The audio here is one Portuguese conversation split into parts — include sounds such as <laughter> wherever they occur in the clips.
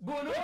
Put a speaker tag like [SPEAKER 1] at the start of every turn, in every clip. [SPEAKER 1] Boa noite!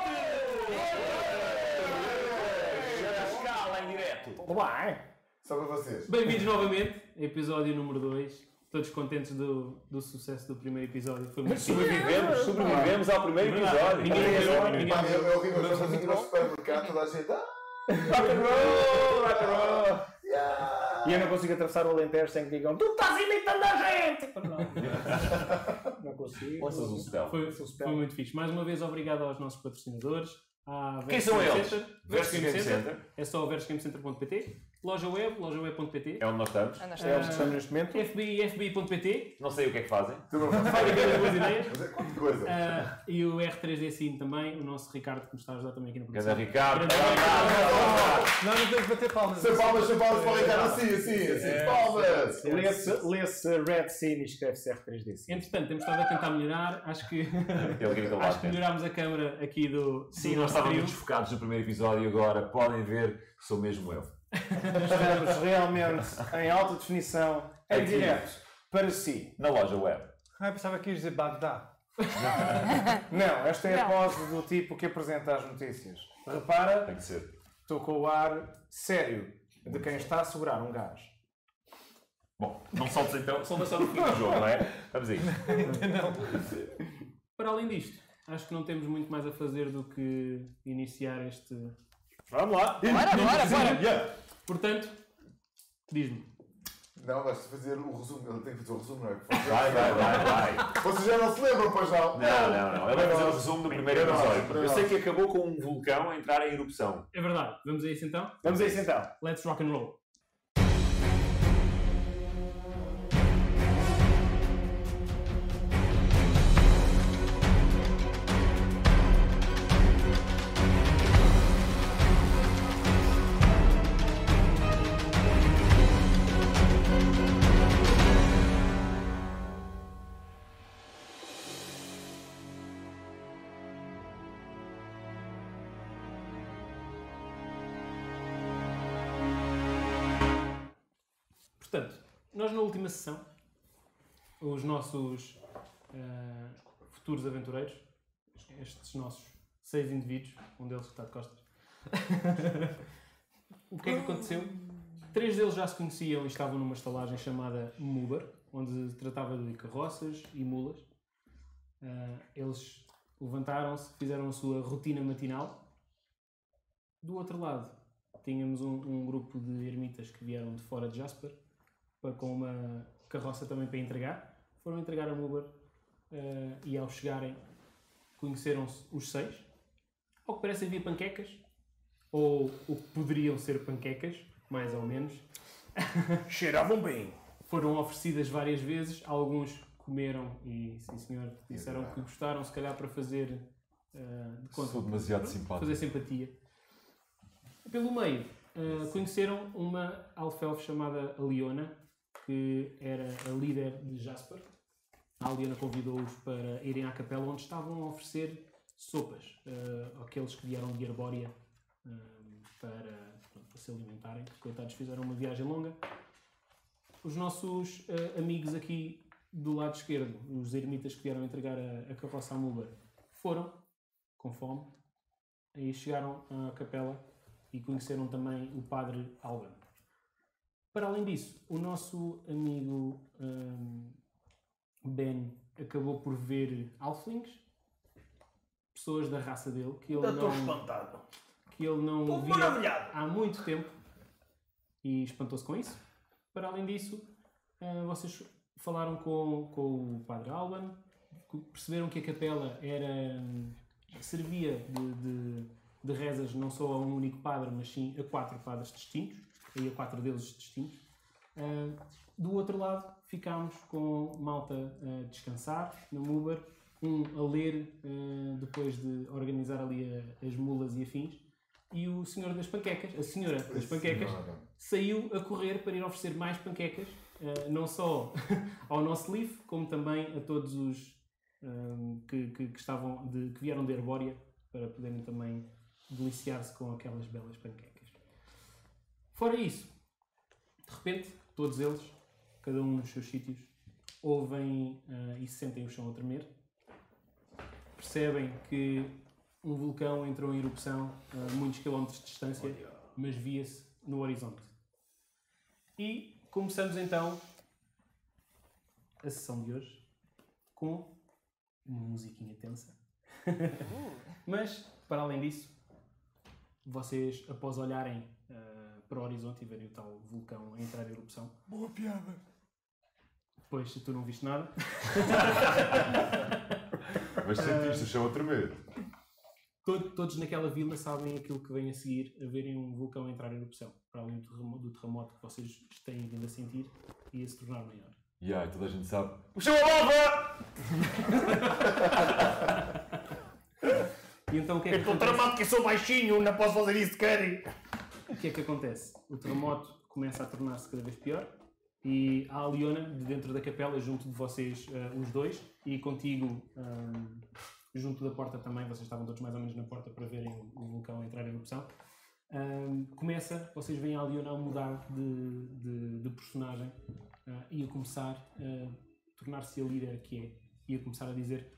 [SPEAKER 2] escala Tá em direto.
[SPEAKER 1] Olá!
[SPEAKER 3] Só para vocês.
[SPEAKER 1] Bem-vindos novamente, episódio número 2. Todos contentes do, do sucesso do primeiro episódio. Foi muito
[SPEAKER 2] Sobrevivemos, sobrevivemos ao primeiro
[SPEAKER 1] Verdade.
[SPEAKER 2] episódio.
[SPEAKER 1] Ninguém ganhou,
[SPEAKER 2] Ninguém
[SPEAKER 1] ninguém
[SPEAKER 3] Pá,
[SPEAKER 2] ganhou.
[SPEAKER 3] eu, eu vi nós estamos aqui no supermercado, toda a gente. Ah,
[SPEAKER 2] Rock and roll, rock and roll.
[SPEAKER 3] yeah.
[SPEAKER 4] E eu não consigo atravessar o Alentejo sem que digam Tu estás imitando a gente! Não, não consigo.
[SPEAKER 2] Ouças o spell.
[SPEAKER 1] foi, foi muito fixe. Mais uma vez, obrigado aos nossos patrocinadores. À
[SPEAKER 2] Quem
[SPEAKER 1] Versus
[SPEAKER 2] são
[SPEAKER 1] Game
[SPEAKER 2] eles?
[SPEAKER 1] Center.
[SPEAKER 2] Versus
[SPEAKER 1] Versus Game
[SPEAKER 2] Game
[SPEAKER 1] Center.
[SPEAKER 2] Center.
[SPEAKER 1] É só versgamecenter.pt. Loja web, lojaweb.pt.
[SPEAKER 2] É onde nós estamos.
[SPEAKER 5] Ah, nós
[SPEAKER 4] É o
[SPEAKER 5] temos.
[SPEAKER 4] que estamos neste momento.
[SPEAKER 1] FBI, FBI.pt.
[SPEAKER 2] Não sei o que é que fazem.
[SPEAKER 3] Tu não vais
[SPEAKER 1] Vai ter boas é ideias.
[SPEAKER 3] fazer é qualquer coisa.
[SPEAKER 1] Ah, e o R3D Sim também, o nosso Ricardo que nos está a ajudar também aqui na
[SPEAKER 2] Cada
[SPEAKER 1] produção.
[SPEAKER 2] Ricardo. tá
[SPEAKER 1] Grande abraço.
[SPEAKER 4] Nós não temos que bater palmas.
[SPEAKER 3] Sem palmas, sem palmas para o Ricardo, assim, assim, assim. Palmas!
[SPEAKER 4] Lê-se lê-se Red Scene e escreve-se R3D.
[SPEAKER 1] Entretanto, temos estado a tentar melhorar. Acho que, <laughs>
[SPEAKER 2] Ele grita lá
[SPEAKER 1] acho que
[SPEAKER 2] dentro.
[SPEAKER 1] melhorámos a câmara aqui do.
[SPEAKER 2] Sim,
[SPEAKER 1] do
[SPEAKER 2] nós estávamos
[SPEAKER 1] trio.
[SPEAKER 2] desfocados no primeiro episódio e agora podem ver que sou mesmo eu.
[SPEAKER 4] Estamos realmente em alta definição, em
[SPEAKER 2] Aqui.
[SPEAKER 4] direto, para si.
[SPEAKER 2] Na loja web.
[SPEAKER 4] Ah, pensava que ias dizer
[SPEAKER 1] <laughs>
[SPEAKER 4] Bagdá. Não, esta é a pose do tipo que apresenta as notícias. Repara,
[SPEAKER 2] Tem que ser.
[SPEAKER 4] estou com o ar sério de quem está a segurar um gás.
[SPEAKER 2] Bom, não soltes então, só só no fim do jogo, não é? Vamos aí.
[SPEAKER 1] Para além disto, acho que não temos muito mais a fazer do que iniciar este.
[SPEAKER 2] Vamos lá.
[SPEAKER 5] Bora, bora, bora!
[SPEAKER 1] Portanto, diz-me.
[SPEAKER 3] Não, vais fazer o resumo. Ele tem que fazer o resumo, não é? Vocês-
[SPEAKER 2] Vai, vai, vai, vai.
[SPEAKER 3] Vocês já não se lembram, pois
[SPEAKER 2] Não,
[SPEAKER 3] não?
[SPEAKER 2] não, não. Ele vai fazer o resumo do primeiro episódio.
[SPEAKER 3] Não.
[SPEAKER 2] Eu sei que acabou com um vulcão a entrar em erupção.
[SPEAKER 1] É verdade, vamos a isso então?
[SPEAKER 4] Vamos a isso então.
[SPEAKER 1] Let's rock and roll. Portanto, nós na última sessão, os nossos ah, futuros aventureiros, estes nossos seis indivíduos, um deles que está de costas, <laughs> o que é que aconteceu? Três deles já se conheciam e estavam numa estalagem chamada Muller, onde se tratava de carroças e mulas. Ah, eles levantaram-se, fizeram a sua rotina matinal. Do outro lado, tínhamos um, um grupo de ermitas que vieram de fora de Jasper pa- com uma carroça também para entregar. Foram entregar a Muber eh, e ao chegarem conheceram-se os seis. Ao que parece havia panquecas, ou o que poderiam ser panquecas, mais ou menos.
[SPEAKER 4] Cheiravam bem.
[SPEAKER 1] Foram oferecidas várias vezes, alguns comeram e, sim senhor, disseram que gostaram, se calhar para fazer eh, de conta
[SPEAKER 2] Sou demasiado
[SPEAKER 1] fazer
[SPEAKER 2] simpático.
[SPEAKER 1] simpatia. Eh, Pelo meio, uh, conheceram uma alfelfe chamada Aliona, que era a líder de Jasper. A Aliona convidou-os para irem à capela onde estavam a oferecer sopas uh, àqueles que vieram de Arbórea um, para, pronto, para se alimentarem. Coitados, fizeram uma viagem longa. Os nossos uh, amigos aqui do lado esquerdo, os ermitas que vieram entregar a, a carroça à Mulder, foram com fome Aí chegaram à capela e conheceram também o padre Alban. Para além disso, o nosso amigo hum, Ben acabou por ver alflings, pessoas da raça dele, que ele não,
[SPEAKER 4] espantado.
[SPEAKER 1] que ele não via
[SPEAKER 4] maravilhado.
[SPEAKER 1] há muito tempo e espantou-se com isso. Para além disso, hum, vocês falaram com, com o padre Alban, que perceberam que a capela era hum, servia de, de- de rezas não só a um único padre, mas sim a quatro padres distintos, aí a quatro deuses distintos. Ah, do outro lado, ficámos com malta a descansar no Uber, um a ler, ah, depois de organizar ali a- as mulas e afins, e o senhor das panquecas, a senhora das panquecas,
[SPEAKER 3] Senhora.
[SPEAKER 1] saiu a correr para ir oferecer mais panquecas, eh, não só <laughs> ao nosso Leaf, como também a todos os ehm, que, que- que estavam de- que vieram de Herbória para poderem também deliciar-se com aquelas belas panquecas. Fora isso, de repente, todos eles, cada um nos seus sítios, ouvem eh, e sentem o chão a tremer, percebem que um vulcão entrou em erupção a muitos quilómetros de distância, mas via-se no horizonte. E começamos então a sessão de hoje com uma musiquinha tensa. <laughs> Mas, para além disso, vocês, após olharem ah, para o horizonte e verem o tal vulcão a entrar em erupção,
[SPEAKER 3] Boa piada.
[SPEAKER 1] depois, se tu não viste nada,
[SPEAKER 3] Mas sentiste o
[SPEAKER 2] é
[SPEAKER 3] chão a tremer.
[SPEAKER 1] to- todos naquela vila sabem aquilo que vem a seguir a verem um vulcão entrar em erupção, para além do terremo- do terremoto que vocês têm vindo a sentir e a se tornar maior.
[SPEAKER 2] E aí, toda a gente sabe.
[SPEAKER 4] Puxa a lava!
[SPEAKER 1] E então o que é que acontece?
[SPEAKER 4] tramado que sou baixinho, não posso fazer isso, Kerry!
[SPEAKER 1] O que é que acontece? O terremoto começa a tornar-se cada vez pior e há a Leona de dentro da capela, junto de vocês, eh, os dois, e contigo, ahm, junto da porta também, vocês estavam todos mais ou menos na porta para verem o, o vulcão entrar em erupção. Ahm, começa, vocês veem a Leona a mudar de, de- de personagem ah, e a começar a tornar-se a líder que é, e a começar a dizer: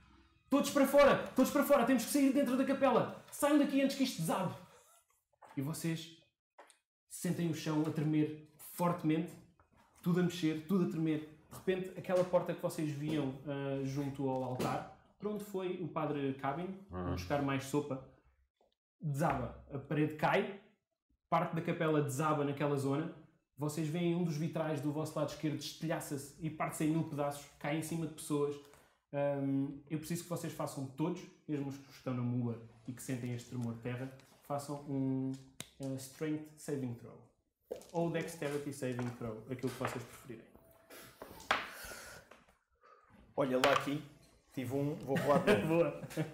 [SPEAKER 1] Todos para fora! Todos para fora! Temos que sair dentro da capela! Saiam daqui antes que isto desabe! E vocês sentem o chão a tremer fortemente, tudo a mexer, tudo a tremer. De repente, aquela porta que vocês viam ah, junto ao altar, para onde foi o padre Cabin buscar mais sopa, desaba. A parede cai, parte da capela desaba naquela zona. Vocês veem um dos vitrais do vosso lado esquerdo destelhaça-se e parte-se em mil pedaços, cai em cima de pessoas. Ahm, eu preciso que vocês façam todos, mesmo os que estão na mula e que sentem este tremor de terra, façam um uh, Strength Saving Throw. Ou Dexterity Saving Throw, aquilo que vocês preferirem.
[SPEAKER 5] Olha lá aqui. Tive um, vou rolar de novo.
[SPEAKER 1] Boa!
[SPEAKER 4] <laughs>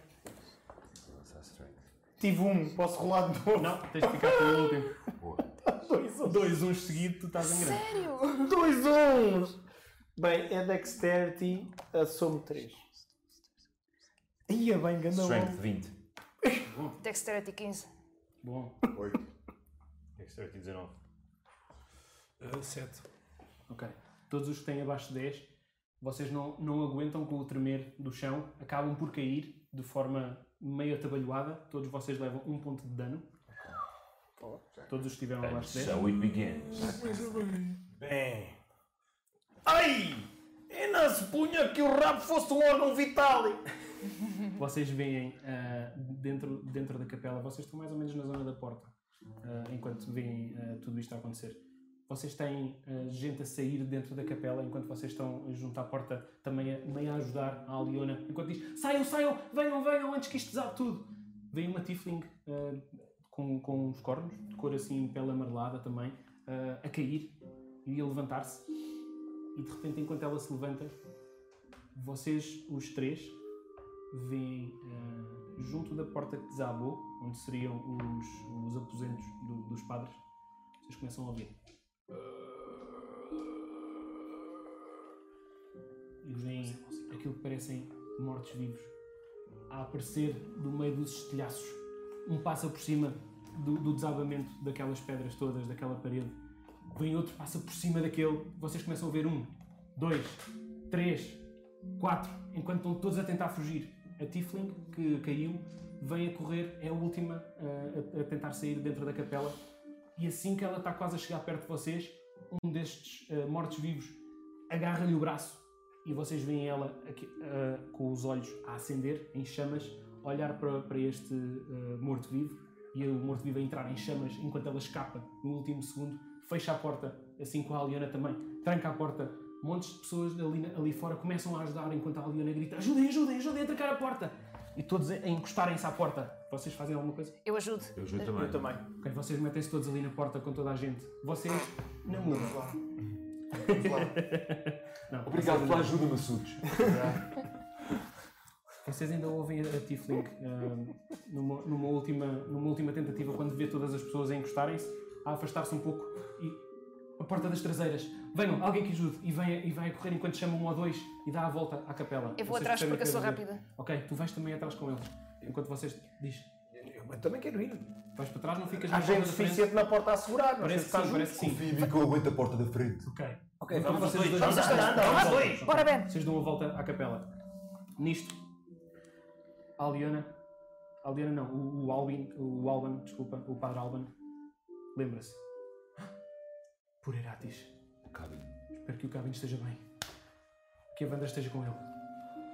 [SPEAKER 5] Tive um, posso rolar de novo.
[SPEAKER 1] Não, tens de ficar com o último.
[SPEAKER 5] Dois, um.
[SPEAKER 1] Dois uns seguidos, tu estás em grande.
[SPEAKER 6] Sério?
[SPEAKER 5] Dois uns! Bem, é Dexterity, assumo 3. Ia bem, ganda
[SPEAKER 2] Strength
[SPEAKER 5] bom.
[SPEAKER 2] 20.
[SPEAKER 6] Dexterity 15.
[SPEAKER 1] Bom,
[SPEAKER 3] Oi.
[SPEAKER 2] Dexterity 19.
[SPEAKER 1] ok. Todos os que têm abaixo de 10, vocês não, não aguentam com o tremer do chão, acabam por cair de forma meio atabalhoada. Todos vocês levam um ponto de dano. Todos os que estiveram abaixo de 10.
[SPEAKER 2] So it begins.
[SPEAKER 5] Bem. Ai! Eu não supunha que o rabo fosse um órgão vital!
[SPEAKER 1] Vocês veem ah, dentro, dentro da capela, vocês estão mais ou menos na zona da porta, ah, enquanto veem ah, tudo isto a acontecer. Vocês têm ah, gente a sair dentro da capela, enquanto vocês estão junto à porta, também a, meio a ajudar a Aliona, enquanto diz: saiam, saiam, venham, venham, antes que isto desabe tudo. Vem uma Tifling ah, com, com uns cornos, de cor assim, pele amarelada também, ah, a cair e a levantar-se. E de repente, enquanto ela se levanta, vocês, os três, vem eh, junto da porta que desabou, onde seriam os, os aposentos do- dos padres. Vocês começam a ouvir. E vêm aquilo que parecem mortos-vivos a aparecer do meio dos estilhaços. Um passa por cima do, do desabamento daquelas pedras todas, daquela parede. Vem outro, passa por cima daquele. Vocês começam a ver um, dois, três, quatro, enquanto estão todos a tentar fugir. A Tifling, que caiu, vem a correr, é a última ah, a, a tentar sair dentro da capela. E assim que ela está quase a chegar perto de vocês, um destes ah, mortos-vivos agarra-lhe o braço e vocês veem ela aqui, ah, com os olhos a acender, em chamas, olhar para, para este ah, morto-vivo e o morto-vivo a entrar em chamas enquanto ela escapa no último segundo, fecha a porta, assim com a Aliona também, tranca a porta. Montes de pessoas ali, ali fora começam a ajudar enquanto a Aliona grita: Ajudem, ajudem, ajudem a trancar a porta! E todos a a encostarem-se à porta. Vocês fazem alguma coisa?
[SPEAKER 6] Eu ajudo.
[SPEAKER 2] Eu juro também.
[SPEAKER 5] Eu também.
[SPEAKER 1] Ok, vocês metem-se todos ali na porta com toda a gente. Vocês não
[SPEAKER 3] Vamos lá. Vamos lá.
[SPEAKER 1] Não,
[SPEAKER 2] Obrigado pela ajuda, Massudos.
[SPEAKER 1] Vocês ainda ouvem a Tifling ah, numa, numa última, numa última tentativa, quando vê todas as pessoas a encostarem-se, a afastar-se um pouco e. A porta das traseiras. Venham, alguém que ajude. E vem, e vem a correr enquanto chama um ou dois e dá a volta à capela.
[SPEAKER 6] Eu vou
[SPEAKER 1] Vocês
[SPEAKER 6] atrás
[SPEAKER 1] percebem
[SPEAKER 6] porque eu
[SPEAKER 1] o que
[SPEAKER 6] sou
[SPEAKER 1] quero dizer.
[SPEAKER 6] rápida.
[SPEAKER 1] Ok, tu vais também atrás com eles. Enquanto vocês. Diz.
[SPEAKER 5] Eu também quero ir.
[SPEAKER 1] Vais para trás, não ficas
[SPEAKER 5] Há
[SPEAKER 1] na porta
[SPEAKER 5] gente
[SPEAKER 1] da frente.
[SPEAKER 5] suficiente na porta a segurar, não
[SPEAKER 1] Parece que sim, parece que sim.
[SPEAKER 3] Confia em mim que eu aguento a porta da frente.
[SPEAKER 1] Ok.
[SPEAKER 5] Ok,
[SPEAKER 1] Então
[SPEAKER 5] vamos aos dois.
[SPEAKER 1] dois
[SPEAKER 5] Vamos
[SPEAKER 1] dão
[SPEAKER 5] aos dois.
[SPEAKER 1] uma volta.
[SPEAKER 5] Vamos aos dois.
[SPEAKER 1] Ok.
[SPEAKER 6] Bora, Ben.
[SPEAKER 1] Vocês dão uma volta à capela. Nisto, a Aliona, Aldeana não, o, o Albin, o Alban, desculpa, o padre Alban, lembra-se. Por Heratis. Espero que o Cabin esteja bem. Que a Vandra esteja com ele.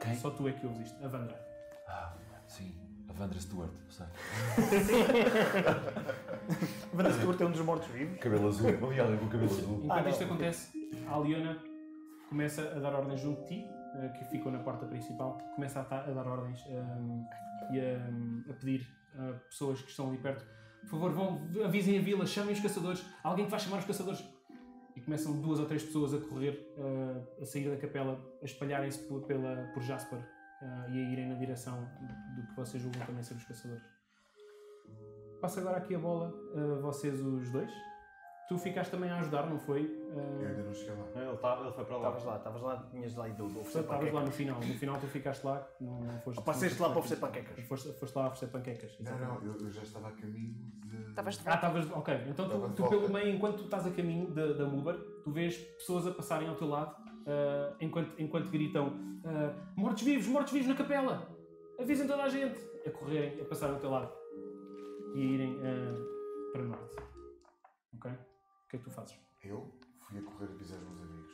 [SPEAKER 7] Quem?
[SPEAKER 1] Só tu é que ouves isto, a Vandra.
[SPEAKER 7] Ah, sim. A Vandra Stewart, eu sei.
[SPEAKER 5] Vandra Stewart é um dos mortos-vivos.
[SPEAKER 2] Cabelo azul. Não vi alguém com cabelo
[SPEAKER 3] Então,
[SPEAKER 2] azul.
[SPEAKER 1] Enquanto
[SPEAKER 5] não.
[SPEAKER 1] isto acontece, a Aliona começa a dar ordens junto de ti, eh, que ficou na porta principal, começa a, ta- a dar ordens ahm, e ahm, a, pedir a pessoas que estão ali perto: por favor, vão, avisem a vila, chamem os caçadores, Há alguém que vai chamar os caçadores. E começam duas ou três pessoas a correr, ah, a sair da capela, a espalharem-se por, pela- por Jasper ah, e a irem na direção do que vocês julgam também ser os caçadores. Passo agora aqui a bola a vocês os dois. Tu ficaste também a ajudar, não foi? Ah,
[SPEAKER 3] Eu ainda não cheguei lá.
[SPEAKER 5] Ele, tá, ele foi para lá.
[SPEAKER 8] Estavas lá, estavas lá, tinhas lá ido
[SPEAKER 1] Tu
[SPEAKER 8] oferecer
[SPEAKER 1] estavas
[SPEAKER 8] qualquer
[SPEAKER 1] lá no final, no final tu ficaste lá, não, não foste.
[SPEAKER 8] Passaste
[SPEAKER 1] não
[SPEAKER 8] lá para
[SPEAKER 1] foste-
[SPEAKER 8] oferecer panquecas.
[SPEAKER 1] Foste, foste lá a oferecer panquecas.
[SPEAKER 3] Não,
[SPEAKER 1] exatamente.
[SPEAKER 3] não, eu, eu já estava a caminho de.
[SPEAKER 6] Estavas de
[SPEAKER 1] Ah,
[SPEAKER 6] volta.
[SPEAKER 1] estavas. Ok, então
[SPEAKER 3] Estava
[SPEAKER 1] tu,
[SPEAKER 3] de
[SPEAKER 1] tu
[SPEAKER 3] volta.
[SPEAKER 1] pelo meio, enquanto tu estás a caminho da, da Uber, tu vês pessoas a passarem ao teu lado ah, enquanto, enquanto gritam ah, mortos-vivos, mortos-vivos na capela! Avisem toda a gente! A correrem, a passarem ao teu lado e a irem ah, para norte. Ok? O que é que tu fazes?
[SPEAKER 3] Eu fui a correr avisar os meus amigos.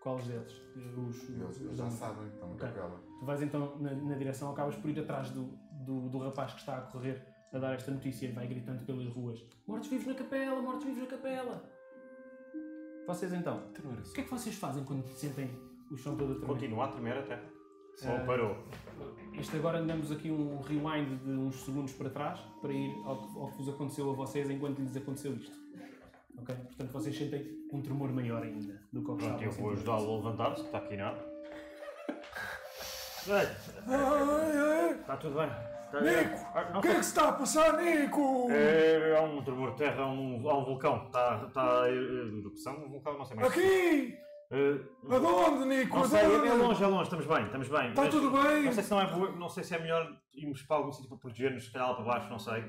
[SPEAKER 1] Quais deles? Os, os-
[SPEAKER 3] Eles, eles
[SPEAKER 1] os
[SPEAKER 3] já
[SPEAKER 1] da-
[SPEAKER 3] sabem, estão na
[SPEAKER 1] Ok.
[SPEAKER 3] capela.
[SPEAKER 1] Tu vais então na, na direção, acabas por ir atrás do, do, do rapaz que está a correr a dar esta notícia e vai gritando pelas ruas: Mortos-vivos na capela, mortos-vivos na capela! Vocês então,
[SPEAKER 7] Então não era
[SPEAKER 1] o
[SPEAKER 7] assim.
[SPEAKER 1] que é que vocês fazem quando sentem o chão todo a tremer?
[SPEAKER 5] Continua a tremer até. Só
[SPEAKER 1] Ah.
[SPEAKER 5] parou.
[SPEAKER 1] Isto agora damos aqui um rewind de uns segundos para trás para ir ao, que- ao que vos aconteceu a vocês enquanto lhes aconteceu isto. Ok? Portanto, vocês sentem um tremor maior ainda do que o que
[SPEAKER 5] Pronto,
[SPEAKER 1] estavam
[SPEAKER 5] eu
[SPEAKER 1] a
[SPEAKER 5] vou
[SPEAKER 1] sentir.
[SPEAKER 5] ajudá-lo a levantar-se, que está aqui é? nada. Está tudo bem. Está Nico! O que é que se está a passar, Nico? É, há um tremor de terra, há um, há um vulcão. Está, está eh, erupção, um vulcão, não sei mais.
[SPEAKER 4] Aqui!
[SPEAKER 5] Eh,
[SPEAKER 4] Aonde, Nico?
[SPEAKER 5] não sei, é
[SPEAKER 4] Aonde?
[SPEAKER 5] longe, é longe, estamos bem, estamos bem.
[SPEAKER 4] Está
[SPEAKER 5] mas
[SPEAKER 4] tudo bem?
[SPEAKER 5] Não sei se não é, boa- não sei se é melhor irmos para algum sítio para proteger-nos, se calhar lá para baixo, não sei.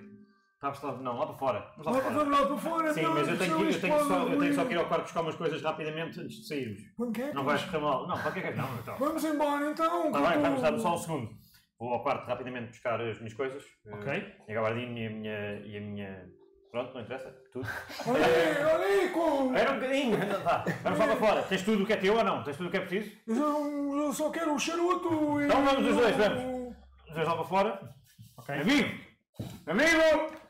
[SPEAKER 5] Estávamos lá, não, lá para fora. Vamos lá para fora.
[SPEAKER 4] Vamos lá para fora,
[SPEAKER 5] Sim, mas eu tenho, que,
[SPEAKER 4] é
[SPEAKER 5] eu, tenho que só, eu tenho só que ir ao quarto buscar umas coisas rapidamente antes de sairmos.
[SPEAKER 4] é
[SPEAKER 5] Não vais correr mal. Não, para que é que não, então?
[SPEAKER 4] Vamos embora então!
[SPEAKER 5] Está bem, vamos dar-me só um segundo. Vou ao quarto rapidamente buscar as minhas coisas.
[SPEAKER 1] Ok?
[SPEAKER 5] Eh, Minha gabardina e a minha, e a minha... Pronto, não interessa, tudo.
[SPEAKER 4] Nico!
[SPEAKER 5] Era um bocadinho, <laughs> ainda está. Vamos lá para fora. Tens tudo o que é teu ou não? Tens tudo o que é preciso?
[SPEAKER 4] Eu, só quero o charuto e.
[SPEAKER 5] Então vamos os dois, vamos. Os dois lá para fora.
[SPEAKER 1] Ok.
[SPEAKER 5] Amigo! Amigo!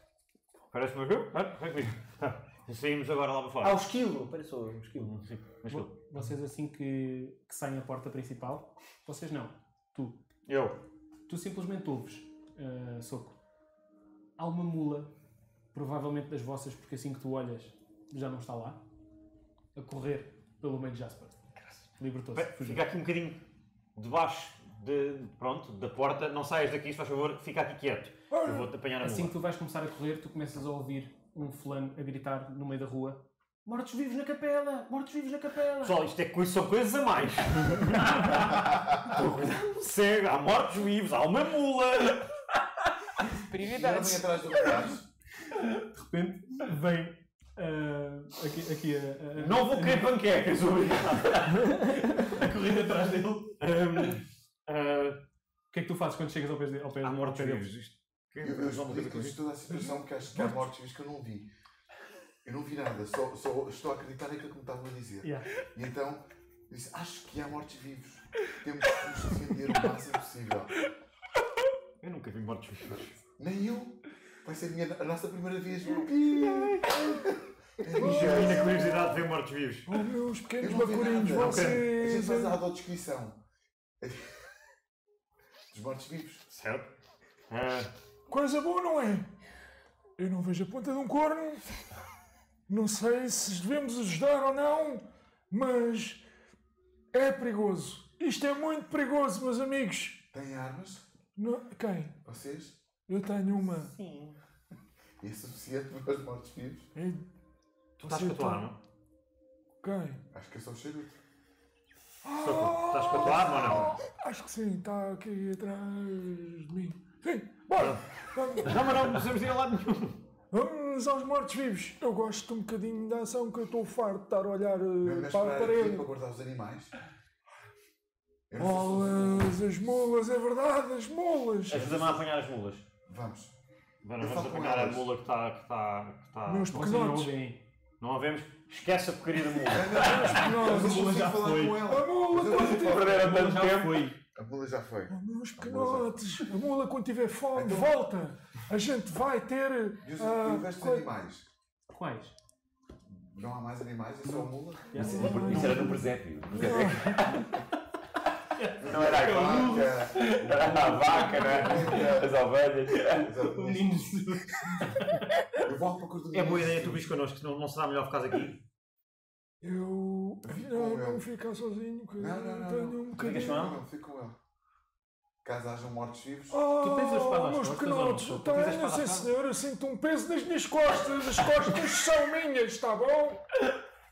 [SPEAKER 5] Parece-me aqui? Ah, vem comigo. Ah, Saímos agora lá para fora.
[SPEAKER 8] Ah, o esquilo! Pareceu o esquilo.
[SPEAKER 5] Sim, mas
[SPEAKER 1] Vo-
[SPEAKER 5] tu.
[SPEAKER 1] Vocês assim que, que saem a porta principal, vocês não, tu,
[SPEAKER 5] Eu.
[SPEAKER 1] tu simplesmente ouves, ah, Soco, há uma mula, provavelmente das vossas, porque assim que tu olhas já não está lá, a correr pelo meio de Jasper. Libertou-se,
[SPEAKER 5] Pe-
[SPEAKER 1] fugiu.
[SPEAKER 5] Fica aqui um bocadinho debaixo de, pronto, da porta. Não saias daqui, se faz favor, fica aqui quieto. Eu vou-te apanhar a
[SPEAKER 1] Assim
[SPEAKER 5] mula.
[SPEAKER 1] que tu vais começar a correr, tu começas a ouvir um fulano a gritar no meio da rua: Mortos-vivos na capela! Mortos-vivos na capela!
[SPEAKER 5] Pessoal, isto é coisa, são coisas
[SPEAKER 2] <laughs>
[SPEAKER 5] a mais. Cego, há mortos vivos, há uma mula.
[SPEAKER 3] Já vem atrás do rapaz.
[SPEAKER 1] de repente vem ah, aqui, aqui a- a- a-
[SPEAKER 5] Não vou querer panquecas, obrigado.
[SPEAKER 1] a corrida atrás dele.
[SPEAKER 5] Hum, ah,
[SPEAKER 1] O que é que tu fazes quando chegas ao pé dele? Ao pé
[SPEAKER 5] há
[SPEAKER 1] ao
[SPEAKER 5] mortos
[SPEAKER 1] pé dele?
[SPEAKER 5] vivos. Isto- que-
[SPEAKER 2] é
[SPEAKER 3] Eu, eu
[SPEAKER 5] alguma coisa com
[SPEAKER 3] explico-lhes
[SPEAKER 5] isto?
[SPEAKER 3] toda a situação porque acho que há mortes vivos que eu não vi. Eu não vi nada, só, só estou a acreditar naquilo que me estavam a dizer.
[SPEAKER 1] Yeah.
[SPEAKER 3] E então disse: Acho que há mortes vivos. Temos que nos defender o máximo possível.
[SPEAKER 5] Eu nunca vi mortos vivos.
[SPEAKER 3] Nem eu. Vai ser a, minha, a nossa primeira vez.
[SPEAKER 5] Já vi na curiosidade de ver mortos vivos.
[SPEAKER 4] Oh, meus pequenos
[SPEAKER 3] Eu não vi
[SPEAKER 4] bacurinhos,
[SPEAKER 3] nada. A gente
[SPEAKER 4] vocês.
[SPEAKER 3] faz a autodescrição. <laughs> Dos mortos-vivos.
[SPEAKER 5] Certo? Ah,
[SPEAKER 4] Coisa boa, não é? Eu não vejo a ponta de um corno. Não sei se devemos ajudar ou não, mas. É perigoso. Isto é muito perigoso, meus amigos.
[SPEAKER 3] Têm armas?
[SPEAKER 4] Não- Quem?
[SPEAKER 3] Vocês?
[SPEAKER 4] Eu tenho uma.
[SPEAKER 3] É suficiente <laughs> para os mortos-vivos?
[SPEAKER 4] E
[SPEAKER 5] tu estás com a tua arma?
[SPEAKER 4] tá- Quem?
[SPEAKER 3] Acho que é só o charuto.
[SPEAKER 5] Só tu. Estás com a tua arma ou não?
[SPEAKER 4] Acho que sim, está aqui atrás de mim. Sim, bora! Vamos-
[SPEAKER 5] Não, mas não precisamos ir a lado nenhum.
[SPEAKER 4] Vamos aos mortos-vivos. Eu gosto um bocadinho da ação que eu estou farto de estar a olhar eh,
[SPEAKER 3] Mas esperar
[SPEAKER 4] para a
[SPEAKER 3] aqui
[SPEAKER 4] parede.
[SPEAKER 3] para guardar os animais? Eu não sei se-
[SPEAKER 4] Bolas, as molas, é verdade, as molas!
[SPEAKER 5] Ajuda-me a apanhar as mulas.
[SPEAKER 3] Vamos.
[SPEAKER 5] Vamos,
[SPEAKER 3] Eu
[SPEAKER 5] vamos
[SPEAKER 3] falo com
[SPEAKER 5] apanhar a
[SPEAKER 3] elas.
[SPEAKER 5] mula que está. Que está, que está...
[SPEAKER 4] Meus
[SPEAKER 1] Vocês não
[SPEAKER 4] pequenotes.
[SPEAKER 1] ouvem.
[SPEAKER 5] Não a vemos? Esquece a porcaria da
[SPEAKER 2] <laughs>
[SPEAKER 5] mula.
[SPEAKER 3] Mas eu
[SPEAKER 4] Pequenotes.
[SPEAKER 3] consigo falar
[SPEAKER 5] foi.
[SPEAKER 3] com ela.
[SPEAKER 4] A
[SPEAKER 3] Mas eu
[SPEAKER 4] mula, quando
[SPEAKER 3] consigo
[SPEAKER 4] tiver...
[SPEAKER 2] Perderam tanto tempo.
[SPEAKER 3] A mula já foi.
[SPEAKER 4] Oh, meus pequenotes. A mula, quando tiver fome, volta. A gente vai ter...
[SPEAKER 3] Então- E os,
[SPEAKER 4] ah,
[SPEAKER 3] e o resto é de
[SPEAKER 4] coi-
[SPEAKER 3] animais?
[SPEAKER 1] Quais?
[SPEAKER 3] Não há mais animais? É só a mula?
[SPEAKER 2] Isso era no presépio. No presépio. Não era
[SPEAKER 3] A
[SPEAKER 2] aquilo.
[SPEAKER 3] vaca,
[SPEAKER 2] Era
[SPEAKER 8] Ah,
[SPEAKER 2] a vaca, né? As ovelhas.
[SPEAKER 3] exato. Eu volto para a cor do
[SPEAKER 5] É boa
[SPEAKER 3] ministro.
[SPEAKER 5] ideia tu vires connosco, não, não será melhor ficar aqui.
[SPEAKER 4] Eu.
[SPEAKER 3] Fico com
[SPEAKER 4] Não,
[SPEAKER 3] ele.
[SPEAKER 4] não ficar sozinho, que eu
[SPEAKER 3] é Não, não, não,
[SPEAKER 4] tenho
[SPEAKER 3] não.
[SPEAKER 4] um bocadinho.
[SPEAKER 3] Não, não, fico com ele. Caso hajam mortos-vivos,
[SPEAKER 4] Oh,
[SPEAKER 1] Tu tens a espada às
[SPEAKER 4] meus
[SPEAKER 1] costas,
[SPEAKER 4] pequenotes,
[SPEAKER 1] ou não? Tu tens a
[SPEAKER 4] tenho,
[SPEAKER 1] espada
[SPEAKER 4] sim
[SPEAKER 1] à cara?
[SPEAKER 4] senhor, eu sinto um peso nas minhas costas, as costas <laughs> são minhas, está bom?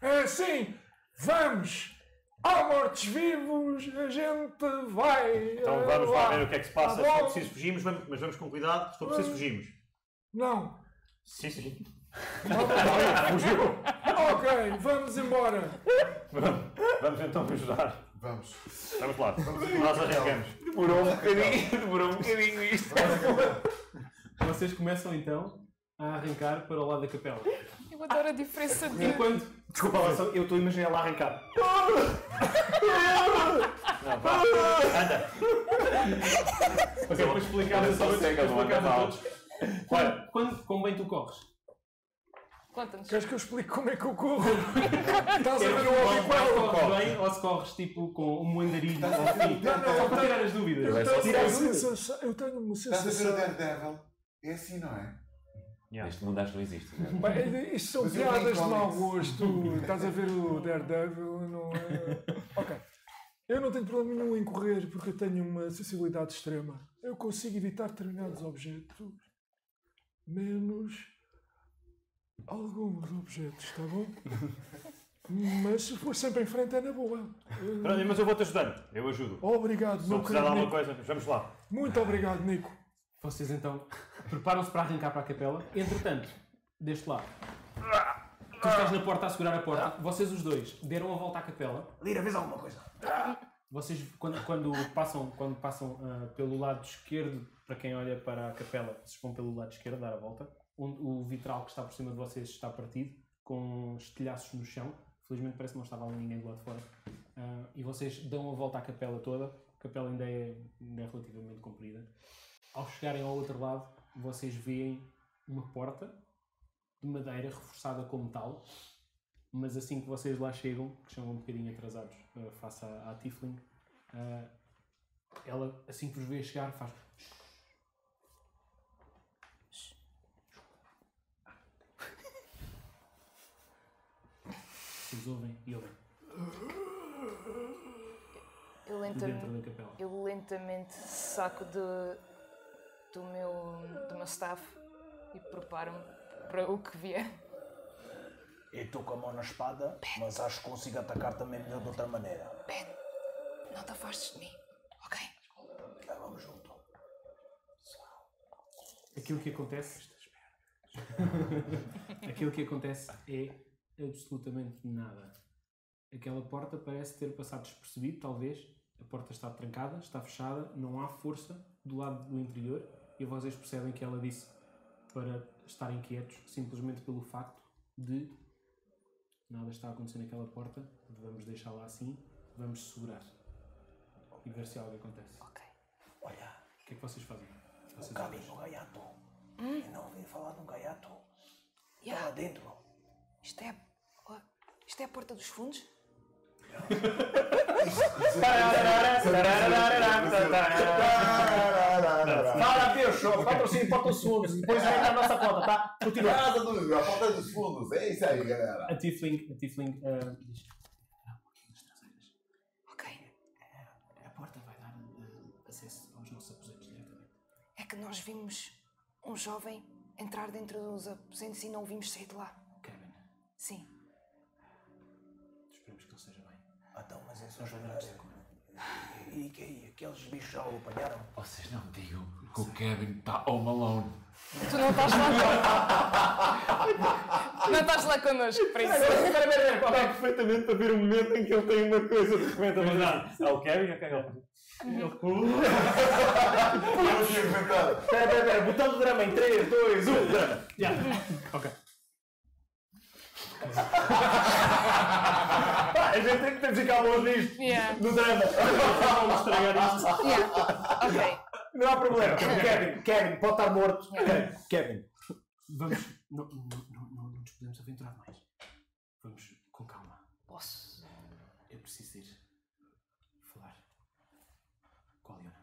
[SPEAKER 4] É assim, vamos! Há mortos-vivos, a gente vai.
[SPEAKER 5] Então
[SPEAKER 4] eh,
[SPEAKER 5] vamos lá ver o que é que se passa.
[SPEAKER 4] Tá
[SPEAKER 5] Se for
[SPEAKER 4] bom.
[SPEAKER 5] preciso fugirmos, vamos, mas vamos com cuidado. Se for preciso fugirmos. <laughs>
[SPEAKER 4] Não,
[SPEAKER 5] Sim, sim.
[SPEAKER 4] ok, vamos embora.
[SPEAKER 5] Vamos então ajudar.
[SPEAKER 3] vamos.
[SPEAKER 5] Vamos lá. Nós arrancamos.
[SPEAKER 2] Demorou um bocadinho. <laughs> Demorou um bocadinho isto.
[SPEAKER 1] Vocês começam então a arrancar para o lado da capela.
[SPEAKER 6] Eu adoro a diferença de.
[SPEAKER 1] Enquanto
[SPEAKER 8] Desculpa, lá, só- eu estou a imaginar lá arrancar.
[SPEAKER 1] Assim, para explicar a
[SPEAKER 2] Olha só
[SPEAKER 1] todos,
[SPEAKER 2] cega,
[SPEAKER 1] para
[SPEAKER 2] não
[SPEAKER 1] explicar a
[SPEAKER 2] anda
[SPEAKER 1] todos. Quando, quando, como bem tu corres?
[SPEAKER 6] Conta-nos.
[SPEAKER 4] Queres que eu explique como é que
[SPEAKER 1] <laughs>
[SPEAKER 4] eu corro? Estás a ver o homem
[SPEAKER 1] Ou
[SPEAKER 4] com ela?
[SPEAKER 1] corres bem ou se corres tipo com um andarilho ou assim?
[SPEAKER 3] Não, não,
[SPEAKER 1] Só para tirar as dúvidas.
[SPEAKER 4] Eu tenho
[SPEAKER 3] tirar
[SPEAKER 4] uma
[SPEAKER 3] a dúvida.
[SPEAKER 4] sensação- Eu tenho uma
[SPEAKER 3] Estás a ver o
[SPEAKER 4] sensação.
[SPEAKER 3] Daredevil? É assim, não é?
[SPEAKER 7] Este mundo acho que não existe. né?
[SPEAKER 4] Bem, isto são
[SPEAKER 3] Mas eu
[SPEAKER 4] piadas
[SPEAKER 3] leio
[SPEAKER 4] de mau
[SPEAKER 3] comics.
[SPEAKER 4] gosto. Estás a ver o Daredevil? Não
[SPEAKER 3] <laughs>
[SPEAKER 4] é? Ok. Eu não tenho problema nenhum em correr porque eu tenho uma sensibilidade extrema. Eu consigo evitar determinados objetos, menos alguns objetos,
[SPEAKER 3] <laughs>
[SPEAKER 4] está bom? Mas se for sempre em frente é na boa. Eh,
[SPEAKER 5] Pronto, mas eu vou-te ajudando. Eu ajudo.
[SPEAKER 4] Obrigado,
[SPEAKER 5] Se eu precisar
[SPEAKER 4] meu
[SPEAKER 5] de
[SPEAKER 4] querido
[SPEAKER 5] alguma
[SPEAKER 4] Nico.
[SPEAKER 5] coisa, vamos lá.
[SPEAKER 4] Muito obrigado, Nico.
[SPEAKER 1] Vocês então <laughs> preparam-se para arrancar para a capela. Entretanto, deste lado, tu estás na porta a segurar a porta. Vocês os dois deram a volta à capela.
[SPEAKER 8] Lira, vês alguma coisa?
[SPEAKER 1] Vocês, quando, quando passam, quando passam ah, pelo lado esquerdo, para quem olha para a capela, vocês vão pelo lado esquerdo dar a volta, onde o vitral que está por cima de vocês está partido, com estilhaços no chão. Felizmente parece que não estava ali ninguém do lado de fora. Ah, e vocês dão a volta à capela toda. A capela ainda é, ainda é relativamente comprida. Ao chegarem ao outro lado, vocês veem uma porta de madeira reforçada com metal mas assim que vocês lá chegam, que estão um bocadinho atrasados eh, face à, à Tifling, eh, ela assim que vos vê chegar faz. Vocês ouvem e ouvem
[SPEAKER 6] Eu
[SPEAKER 1] de dentro
[SPEAKER 6] lentamente,
[SPEAKER 1] da capela.
[SPEAKER 6] eu lentamente saco de, do, meu, do meu staff e preparo-me para o que vier.
[SPEAKER 8] Eu estou com a mão na espada, mas acho que consigo atacar também melhor de outra maneira.
[SPEAKER 6] Ben, não te afastes de mim, ok?
[SPEAKER 8] Já vamos junto.
[SPEAKER 1] Aquilo que acontece. Aquilo que acontece é absolutamente nada. Aquela porta parece ter passado despercebido, talvez. A porta está trancada, está fechada, não há força do lado do interior e vocês percebem que ela disse para estarem quietos, simplesmente pelo facto de nada está a acontecer naquela porta, vamos deixá-la assim, vamos segurar e ver se algo acontece.
[SPEAKER 6] Ok.
[SPEAKER 8] Olha,
[SPEAKER 1] O que é que vocês fazem? Vocês
[SPEAKER 8] o cabi do gaiato.
[SPEAKER 6] Hum?
[SPEAKER 8] Eu não ouvi falar de um gaiato. Está lá
[SPEAKER 6] Yeah.
[SPEAKER 8] dentro.
[SPEAKER 6] Isto é. oh, Isto é a porta dos fundos?
[SPEAKER 8] Fala, bicho! Patrocínio, bota os fundos. Depois vem na nossa conta, tá? Continua.
[SPEAKER 3] Casa do, a porta dos fundos. É isso aí, galera.
[SPEAKER 1] A Tifling, a Tifling ah, diz:
[SPEAKER 6] Ok.
[SPEAKER 1] A porta vai dar ah, acesso aos nossos aposentos diretamente.
[SPEAKER 6] É que nós vimos um jovem entrar dentro dos aposentos e não o vimos sair de lá.
[SPEAKER 1] Kevin,
[SPEAKER 6] Sim.
[SPEAKER 1] esperemos que ele esteja bem.
[SPEAKER 8] Então, mas é só jogar. caí, caí. Aqueles bichos já o apanharam.
[SPEAKER 7] Vocês não digam que o Kevin está home alone.
[SPEAKER 6] Tu não estás lá. não estás lá connosco, por isso.
[SPEAKER 5] Dá perfeitamente para ver o momento em que ele tem uma coisa de repente a mandar. Ah, o Kevin? Ok, ele.
[SPEAKER 3] Eu tinha inventado.
[SPEAKER 5] Pera, pera, pera. Botão do drama em 3, 2, 1, drama.
[SPEAKER 1] Ok.
[SPEAKER 5] Ah, a gente tem que ter ficar longe disto.
[SPEAKER 6] Yeah.
[SPEAKER 5] Do drama.
[SPEAKER 1] Vamos estragar isto.
[SPEAKER 6] Yeah. Ok.
[SPEAKER 5] Não há problema. Kevin, Kevin, pode estar morto.
[SPEAKER 6] Yeah.
[SPEAKER 5] Kevin.
[SPEAKER 1] Vamos. Não, não, não, não, não nos podemos aventurar mais. Vamos com calma.
[SPEAKER 6] Posso.
[SPEAKER 1] Eu preciso ir falar com a Leona.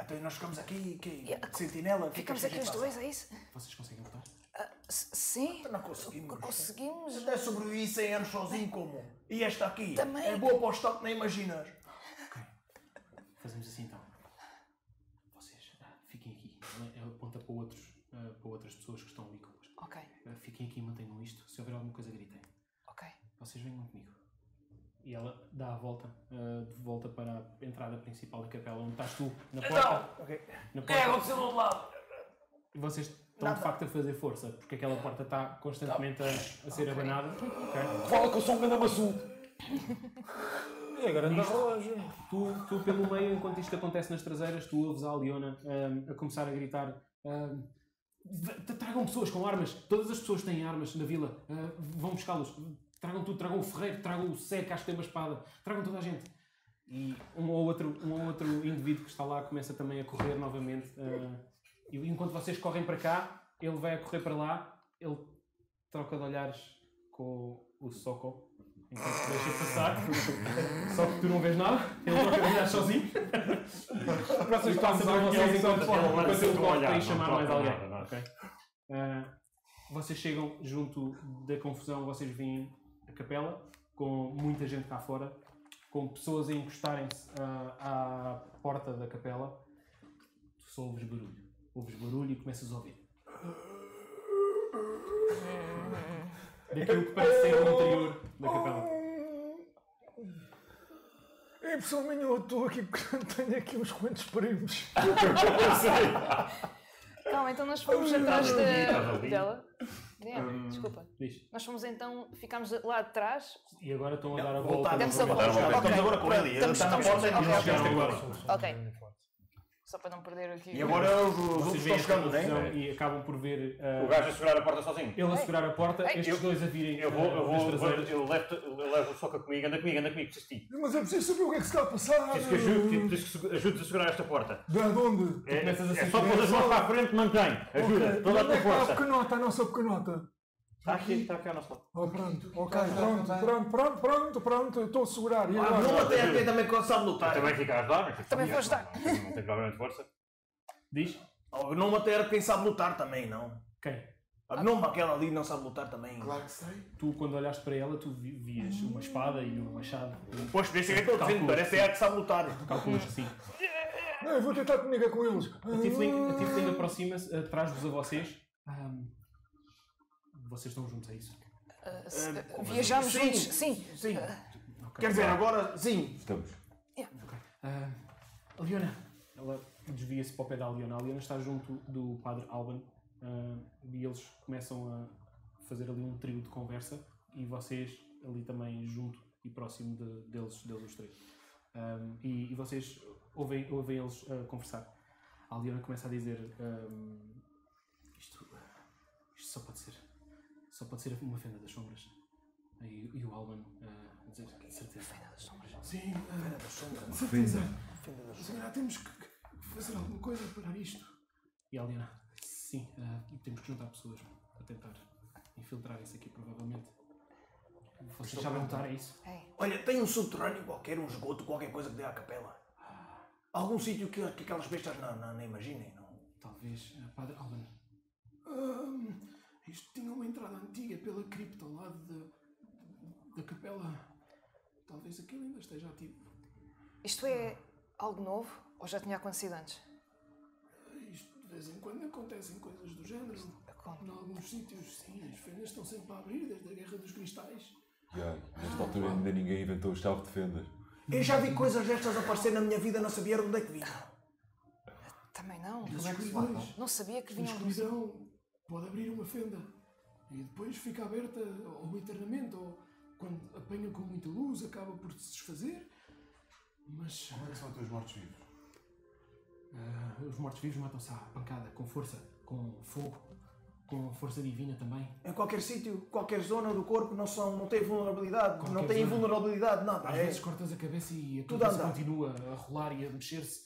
[SPEAKER 8] Então nós ficamos aqui, caí.
[SPEAKER 6] Yeah.
[SPEAKER 8] Sentinela. fica
[SPEAKER 6] Ficamos
[SPEAKER 8] sem
[SPEAKER 6] aqui os
[SPEAKER 8] espaço.
[SPEAKER 6] dois, é isso?
[SPEAKER 1] Vocês conseguem voltar?
[SPEAKER 6] S- Sim?
[SPEAKER 8] Não conseguimos.
[SPEAKER 6] Conseguimos?
[SPEAKER 8] Até sobrevivi 100 anos sozinho como. E esta aqui
[SPEAKER 6] Também.
[SPEAKER 8] é boa para o estoque, nem imaginas.
[SPEAKER 1] Fazemos assim então. Vocês ah, fiquem aqui. Ela- Ela aponta para, outros, ah, para outras pessoas que estão ali convosco.
[SPEAKER 6] Ok,
[SPEAKER 1] Ah, fiquem aqui e mantenham isto. Se houver alguma coisa, gritem.
[SPEAKER 6] ok.
[SPEAKER 1] Vocês venham comigo. E ela dá a volta, ah, de volta para a entrada principal da capela, onde estás tu, na porta. Na
[SPEAKER 8] O que Então, é que
[SPEAKER 1] porta.
[SPEAKER 8] aconteceu do outro lado?
[SPEAKER 1] E Vocês estão de facto a fazer força, porque aquela porta está constantemente a, a ser abanada. ok?
[SPEAKER 5] Fala que eu sou um grande amassu. É grande relógio.
[SPEAKER 1] Tu, tu, pelo meio, enquanto isto acontece nas traseiras, tu ouves a Leona ah, a começar a gritar. ah, "V- tra- Tragam pessoas com armas, todas as pessoas têm armas na vila, Ah, vão buscá-los, tragam tudo, tragam o ferreiro, tragam o seca, acho que tem uma espada, tragam toda a gente. E um ou outro, um ou outro indivíduo que está lá começa também a correr novamente. ah, e enquanto vocês correm para cá, ele vai a correr para lá, ele troca de olhares com o Soko, enquanto te deixa passar, só que tu não vês nada, ele troca de olhares sozinho. Vocês passam por vocês enquanto enquanto ele corre para ir chamar mais alguém. Ah, vocês chegam junto da confusão, vocês vêm a capela com muita gente cá fora, com pessoas a encostarem-se ah, à porta da capela. Tu só ouves barulho. Ouves barulho e começas a ouvir. Daquilo que parece ser o interior da capela.
[SPEAKER 4] É impressão minha, eu estou aqui porque <laughs> tenho aqui uns quantos primos.
[SPEAKER 6] Calma, então nós fomos atrás da- dela. Diana, desculpa.
[SPEAKER 1] Diz.
[SPEAKER 6] Nós fomos então, ficámos lá atrás.
[SPEAKER 1] E agora estão a dar a volta.
[SPEAKER 8] voltamos
[SPEAKER 6] Demos a volta.
[SPEAKER 2] Dar uma
[SPEAKER 6] Ok,
[SPEAKER 2] volta.
[SPEAKER 8] Estamos agora com ele. Ele
[SPEAKER 6] Estamos-
[SPEAKER 8] está na
[SPEAKER 6] estamos-
[SPEAKER 8] porta e
[SPEAKER 6] ok,
[SPEAKER 8] nós
[SPEAKER 6] ok.
[SPEAKER 8] chegamos agora.
[SPEAKER 6] ok. Só para não perder aqui.
[SPEAKER 8] E agora os os outros
[SPEAKER 1] Vocês veem
[SPEAKER 8] estão
[SPEAKER 1] esta
[SPEAKER 8] chegando, não
[SPEAKER 1] confusão
[SPEAKER 8] é?
[SPEAKER 1] e acabam por ver ah,
[SPEAKER 5] né? O gajo a segurar a porta sozinho.
[SPEAKER 1] ele a segurar a porta,
[SPEAKER 6] Ei.
[SPEAKER 1] estes dois a virem
[SPEAKER 5] Eu vou,
[SPEAKER 1] ah,
[SPEAKER 5] eu
[SPEAKER 1] das
[SPEAKER 5] vou, vou-
[SPEAKER 1] traseiras.
[SPEAKER 5] eu levo, eu levo o soca comigo, anda comigo, anda comigo, preciso de ti.
[SPEAKER 4] Mas é preciso saber o que é que se está a passar.
[SPEAKER 5] Preciso que ajude, preciso que segu- ajudes a segurar esta porta.
[SPEAKER 4] De onde?
[SPEAKER 5] É,
[SPEAKER 1] começas a
[SPEAKER 5] é
[SPEAKER 2] assim
[SPEAKER 1] sentir-
[SPEAKER 5] só pôr as mãos para a frente, mantém. Ajuda,
[SPEAKER 4] Ok.
[SPEAKER 5] toda a
[SPEAKER 4] Onde
[SPEAKER 5] tua
[SPEAKER 4] é que está a
[SPEAKER 5] força.
[SPEAKER 4] pequenota, a nossa pequenota?
[SPEAKER 5] Está aqui, está aqui ao nosso lado.
[SPEAKER 4] Oh, pronto, ok, pronto, pronto, pronto, pronto, pronto, eu estou a segurar. E
[SPEAKER 8] Ah, Não
[SPEAKER 4] agora?
[SPEAKER 8] até aqui também que sabe
[SPEAKER 5] Eu
[SPEAKER 8] lutar.
[SPEAKER 5] também fico a ajudar, mas...
[SPEAKER 6] Também vou ajudar.
[SPEAKER 5] Não, não tem problema de força.
[SPEAKER 1] Diz?
[SPEAKER 8] O Gnome até era quem sabe lutar também, não?
[SPEAKER 1] Quem?
[SPEAKER 8] A
[SPEAKER 6] Ah.
[SPEAKER 8] Gnome aquela ali não sabe lutar também.
[SPEAKER 3] Claro é que sei.
[SPEAKER 1] Tu, quando olhaste para ela, tu vi- vias uma espada e um machado. um
[SPEAKER 8] Pois, por isso é que eu estou dizendo, parece é a que sabe lutar.
[SPEAKER 1] Calculas que sim.
[SPEAKER 4] Não, eu vou tentar comunicar com eles.
[SPEAKER 1] assim. A Tifling, a Tifling aproxima-se, eh, traz-vos a vocês. Ahm, vocês estão juntos, é isso?
[SPEAKER 6] Ah, se- ah, viajamos
[SPEAKER 8] Sim.
[SPEAKER 6] juntos. Sim. Ah,
[SPEAKER 8] Sim.
[SPEAKER 1] Ok.
[SPEAKER 8] Quer dizer, agora sim.
[SPEAKER 7] Estamos.
[SPEAKER 1] Ah, a Leona. Ela desvia-se para o pé da Leona. A Leona está junto do padre Alban ah, e eles começam a fazer ali um trio de conversa e vocês ali também junto e próximo de- deles, deles os três. Ah, e, e vocês ouvem, ouvem eles ah, conversar. A Leona começa a dizer ah, isto, isto só pode ser só pode ser uma fenda das sombras. E, e o Alban ah, a dizer de certeza. Fenda das sombras? Sim, ah, de certeza. Senhora, temos que que fazer alguma coisa para parar isto. E a Helena, sim, ah, temos que juntar pessoas para tentar infiltrar isso aqui, provavelmente. Vocês já vão lutar, é isso?
[SPEAKER 6] Ei,
[SPEAKER 8] Olha, tem um subterrâneo qualquer, um esgoto, qualquer coisa que dê à capela. Algum sítio que, que aquelas bestas não, não, não imaginem, não.
[SPEAKER 1] Talvez, ah, Padre Alban. isto tinha uma entrada antiga pela cripta ao lado da, da capela. Talvez aquilo ainda esteja ativo.
[SPEAKER 6] Isto é algo novo ou já tinha acontecido antes?
[SPEAKER 1] Isto de vez em quando acontecem coisas do género. Em alguns sítios, sim, as fendas estão sempre a abrir desde a Guerra dos Cristais.
[SPEAKER 7] nesta altura ainda ninguém inventou o chave de fendas.
[SPEAKER 8] Eu já vi coisas destas aparecer na minha vida, não sabia de onde é que vinha.
[SPEAKER 6] Também não.
[SPEAKER 4] é
[SPEAKER 9] Eles cuidam.
[SPEAKER 6] Não sabia que um
[SPEAKER 9] Mas
[SPEAKER 6] vinham do sul.
[SPEAKER 9] escuridão pode abrir uma fenda e depois fica aberta
[SPEAKER 4] um
[SPEAKER 9] ao eternamente, ou quando apanha com muita luz acaba por se desfazer. Mas
[SPEAKER 3] Como é que são os teus mortos-vivos?
[SPEAKER 1] Ah, os mortos-vivos matam-se à pancada, com força, com fogo, com força divina também.
[SPEAKER 8] Em qualquer sítio, qualquer zona do corpo, não, são, não tem vulnerabilidade, não
[SPEAKER 1] Qualquer
[SPEAKER 8] tem
[SPEAKER 1] zona.
[SPEAKER 8] invulnerabilidade, nada.
[SPEAKER 1] Às
[SPEAKER 8] é.
[SPEAKER 1] vezes cortas a cabeça e a
[SPEAKER 8] Tudo
[SPEAKER 1] cabeça
[SPEAKER 8] anda.
[SPEAKER 1] continua a rolar e a mexer-se.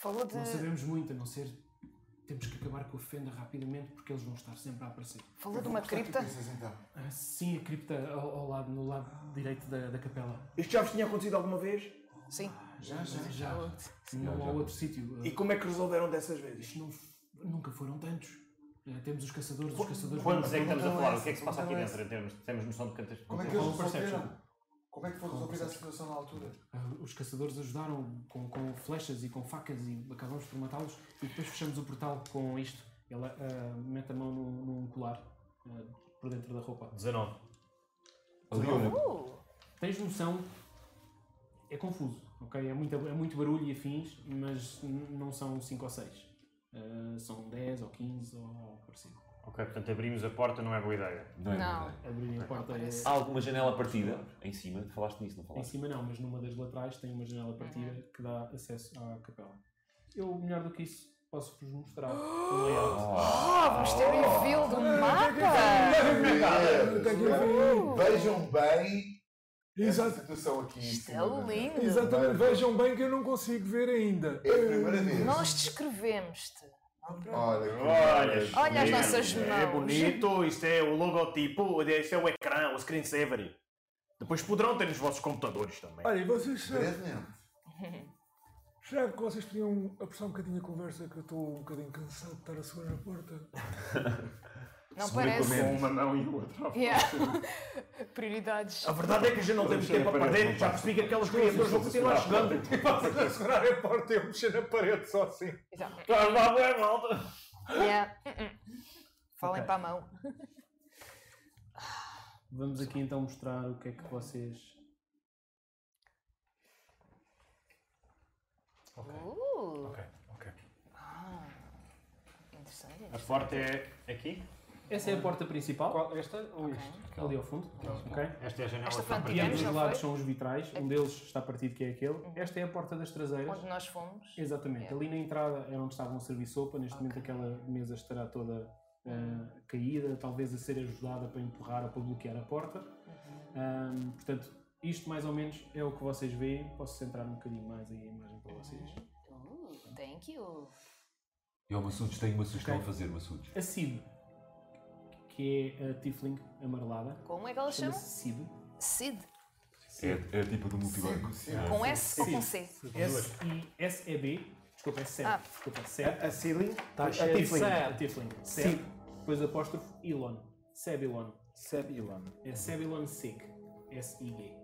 [SPEAKER 6] Falou de,
[SPEAKER 1] Não sabemos muito, a não ser temos que acabar com a fenda rapidamente porque eles vão estar sempre a aparecer.
[SPEAKER 6] falou de uma cripta.
[SPEAKER 3] Pensas então?
[SPEAKER 1] Ah, sim, a cripta ao, ao lado, no lado direito da, da capela.
[SPEAKER 8] Isto já vos tinha acontecido alguma vez?
[SPEAKER 6] Sim.
[SPEAKER 1] Já, já, já.
[SPEAKER 6] Falou
[SPEAKER 1] Não há outro sítio.
[SPEAKER 8] E
[SPEAKER 1] Ah,
[SPEAKER 8] como é que resolveram dessas vezes?
[SPEAKER 1] Isto não, f- nunca foram tantos. Ah, temos os caçadores, os caçadores.
[SPEAKER 5] Quantos é que estamos a
[SPEAKER 3] Pergunta
[SPEAKER 5] falar?
[SPEAKER 3] essa,
[SPEAKER 5] O que é que se passa aqui
[SPEAKER 3] pergunta
[SPEAKER 5] dentro? Em termos, temos noção de quantas.
[SPEAKER 3] Como é que
[SPEAKER 1] Qual
[SPEAKER 3] eles
[SPEAKER 1] o perception?
[SPEAKER 3] resolveram? Como é que foi
[SPEAKER 1] Qual o
[SPEAKER 3] resolvida a
[SPEAKER 1] perception?
[SPEAKER 3] situação na altura?
[SPEAKER 1] Ah, Os caçadores ajudaram com, com flechas e com facas e acabamos por matá-los e depois fechamos o portal com isto. Ela ah, mete a mão num, num colar ah, por dentro da roupa.
[SPEAKER 5] 19.
[SPEAKER 2] Leona,
[SPEAKER 6] Uh,
[SPEAKER 1] Tens noção? É confuso, ok? É muito, é muito barulho e afins, mas n- não são 5 ou 6. são 10 ou 15 ou algo parecido.
[SPEAKER 5] Ok, portanto abrimos a porta, não é boa ideia.
[SPEAKER 2] não é
[SPEAKER 6] Não.
[SPEAKER 2] verdade.
[SPEAKER 1] Abrirem a porta é-
[SPEAKER 2] Há alguma janela partida em cima? Falaste nisso, não
[SPEAKER 1] em
[SPEAKER 2] falaste?
[SPEAKER 1] cima não, mas numa das laterais tem uma janela partida
[SPEAKER 6] Uhum.
[SPEAKER 1] que dá acesso à capela. Eu, melhor do que isso, posso-vos
[SPEAKER 6] <gasps>
[SPEAKER 1] mostrar o layout.
[SPEAKER 6] oh, vamos ter um reveal do
[SPEAKER 4] é
[SPEAKER 6] mapa!
[SPEAKER 3] Vejam- né? Vejam bem essa
[SPEAKER 4] Exato.
[SPEAKER 3] situação aqui. em
[SPEAKER 6] Isto é
[SPEAKER 3] cima, não
[SPEAKER 6] lindo!
[SPEAKER 4] Exatamente, vejam bem que eu não consigo ver ainda.
[SPEAKER 3] É a primeira vez.
[SPEAKER 6] Nós descrevemos-te.
[SPEAKER 3] Olha, que
[SPEAKER 5] Olha,
[SPEAKER 6] Olha as
[SPEAKER 5] bonito.
[SPEAKER 6] nossas
[SPEAKER 5] É
[SPEAKER 6] mãos.
[SPEAKER 5] bonito.
[SPEAKER 8] isto é o logotipo, este é o ecrã, o screensaver. Depois poderão ter nos vossos computadores também.
[SPEAKER 4] Olha, e vocês será,
[SPEAKER 3] Brevemente.
[SPEAKER 4] será que vocês podiam apressar um bocadinho a conversa que eu estou um bocadinho cansado de estar a segurar a porta?
[SPEAKER 6] Não parece?
[SPEAKER 5] uma mão e outra.
[SPEAKER 6] Yeah. <laughs> Prioridades.
[SPEAKER 8] A verdade é que já não temos tempo a perder, já percebi que aquelas criaturas vão continuar chegando.
[SPEAKER 4] A segurar a porta e eu mexer na parede só assim.
[SPEAKER 6] Exato.
[SPEAKER 5] Claro, lá vai, malta.
[SPEAKER 6] Yeah. Uh-uh. Falem para a mão.
[SPEAKER 1] Vamos aqui então mostrar o que é que vocês.
[SPEAKER 6] Uh, Ah,
[SPEAKER 5] Ok, ok.
[SPEAKER 6] interessante.
[SPEAKER 5] A porta é aqui?
[SPEAKER 1] Essa é a porta principal.
[SPEAKER 5] esta ou isto?
[SPEAKER 1] Ali ao fundo. Ok.
[SPEAKER 5] Esta é a
[SPEAKER 6] Esta
[SPEAKER 5] janela que está
[SPEAKER 1] E
[SPEAKER 6] fronteira.
[SPEAKER 5] partida.
[SPEAKER 1] ambos
[SPEAKER 6] já
[SPEAKER 1] os lados
[SPEAKER 6] foi? Uhum.
[SPEAKER 1] são os vitrais, um deles está partido que é aquele. Esta é a porta das traseiras.
[SPEAKER 6] Onde nós fomos.
[SPEAKER 1] Exatamente,
[SPEAKER 6] Yeah.
[SPEAKER 1] ali na entrada era onde estava um serviço sopa, neste momento aquela mesa estará toda ah, caída, talvez a ser ajudada para empurrar ou para bloquear a porta. Ahm, portanto, isto mais ou menos é o que vocês veem. Posso centrar um bocadinho mais aí a imagem para vocês.
[SPEAKER 6] Uh, thank you.
[SPEAKER 7] Eu, Massudos, tenho uma sugestão
[SPEAKER 1] Ok.
[SPEAKER 7] a fazer, Massudos.
[SPEAKER 1] A Cid, que é a Tifling amarelada,
[SPEAKER 6] Como é que elas chamam?
[SPEAKER 1] chama-se Cid.
[SPEAKER 6] Cid.
[SPEAKER 7] É, é tipo do multibanco.
[SPEAKER 6] Com S ou com C?
[SPEAKER 1] S-I-S-E-B, desculpa, é Seb.
[SPEAKER 6] Ah.
[SPEAKER 1] Desculpa, Seb.
[SPEAKER 8] A Ceiling,
[SPEAKER 1] Tá, é
[SPEAKER 8] Tifling.
[SPEAKER 1] Seb, Tifling. Seb. Depois apóstrofe Elon. Sebilon. É Sebilon Sig. S-I-G.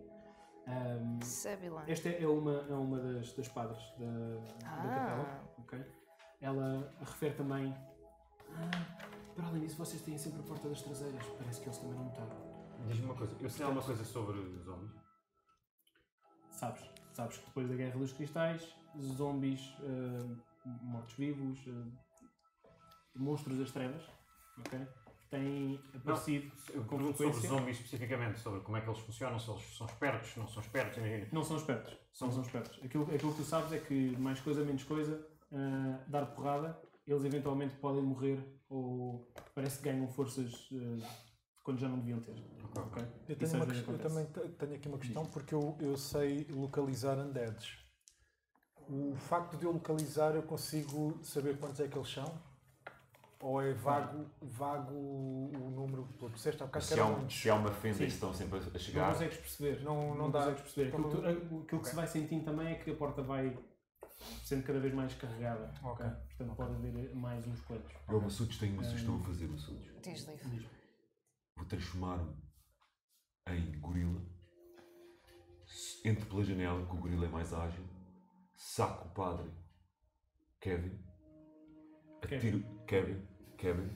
[SPEAKER 1] Ahm,
[SPEAKER 6] Sebilan.
[SPEAKER 1] esta é uma, é uma das, das padres da, da capela.
[SPEAKER 6] Ah.
[SPEAKER 1] ok? Ela refere também. "Ah, para além disso, vocês têm sempre a porta das traseiras. Parece que eles também não notaram.
[SPEAKER 5] Diz-me uma coisa, eu sei alguma coisa sobre zombies.
[SPEAKER 1] Sabes? Sabes que depois da Guerra dos Cristais, zombies, ah, mortos-vivos, ah, monstros das trevas, ok? Têm aparecido
[SPEAKER 5] Eu
[SPEAKER 1] com
[SPEAKER 5] pergunto sobre
[SPEAKER 1] frequência.
[SPEAKER 5] zombies especificamente, sobre como é que eles funcionam, se eles são espertos, não são espertos, imagina.
[SPEAKER 1] Não são espertos. Não são espertos. Aquilo, aquilo que tu sabes é que mais coisa, menos coisa, ah, dar porrada, eles eventualmente podem morrer ou parece que ganham forças ah, quando já não deviam ter. Ok?
[SPEAKER 10] Eu,
[SPEAKER 1] Isso
[SPEAKER 10] tenho
[SPEAKER 1] às
[SPEAKER 10] uma,
[SPEAKER 1] vezes
[SPEAKER 10] ques- eu
[SPEAKER 1] acontece.
[SPEAKER 10] também te- tenho aqui uma questão porque eu, eu sei localizar undeads. O facto de eu localizar, eu consigo saber quantos é que eles são? Ou é vago, vago o número? Tu disseste há bocado que
[SPEAKER 2] Se
[SPEAKER 10] era
[SPEAKER 2] há,
[SPEAKER 10] um.
[SPEAKER 2] um- se há uma fenda
[SPEAKER 1] Sim.
[SPEAKER 2] e estão sempre a- a
[SPEAKER 1] Não
[SPEAKER 2] chegar.
[SPEAKER 1] consegues perceber.
[SPEAKER 10] Não- não dá.
[SPEAKER 1] consegues perceber. Aquilo, que, tu- eh,
[SPEAKER 10] Como-
[SPEAKER 1] aquilo que se vai sentindo também é que a porta vai sendo cada vez mais carregada.
[SPEAKER 10] Ok.
[SPEAKER 1] Portanto, pode haver eh, mais uns quantos.
[SPEAKER 7] Eu, Massudos, tenho uma sugestão a fazer, Massudos.
[SPEAKER 6] Diz livro.
[SPEAKER 1] Diz-me.
[SPEAKER 7] Vou transformar-me em gorila. Entro pela janela, que o gorila é mais ágil. Saco o padre Kevin. Atiro. Kevin. Kevin. Kevin.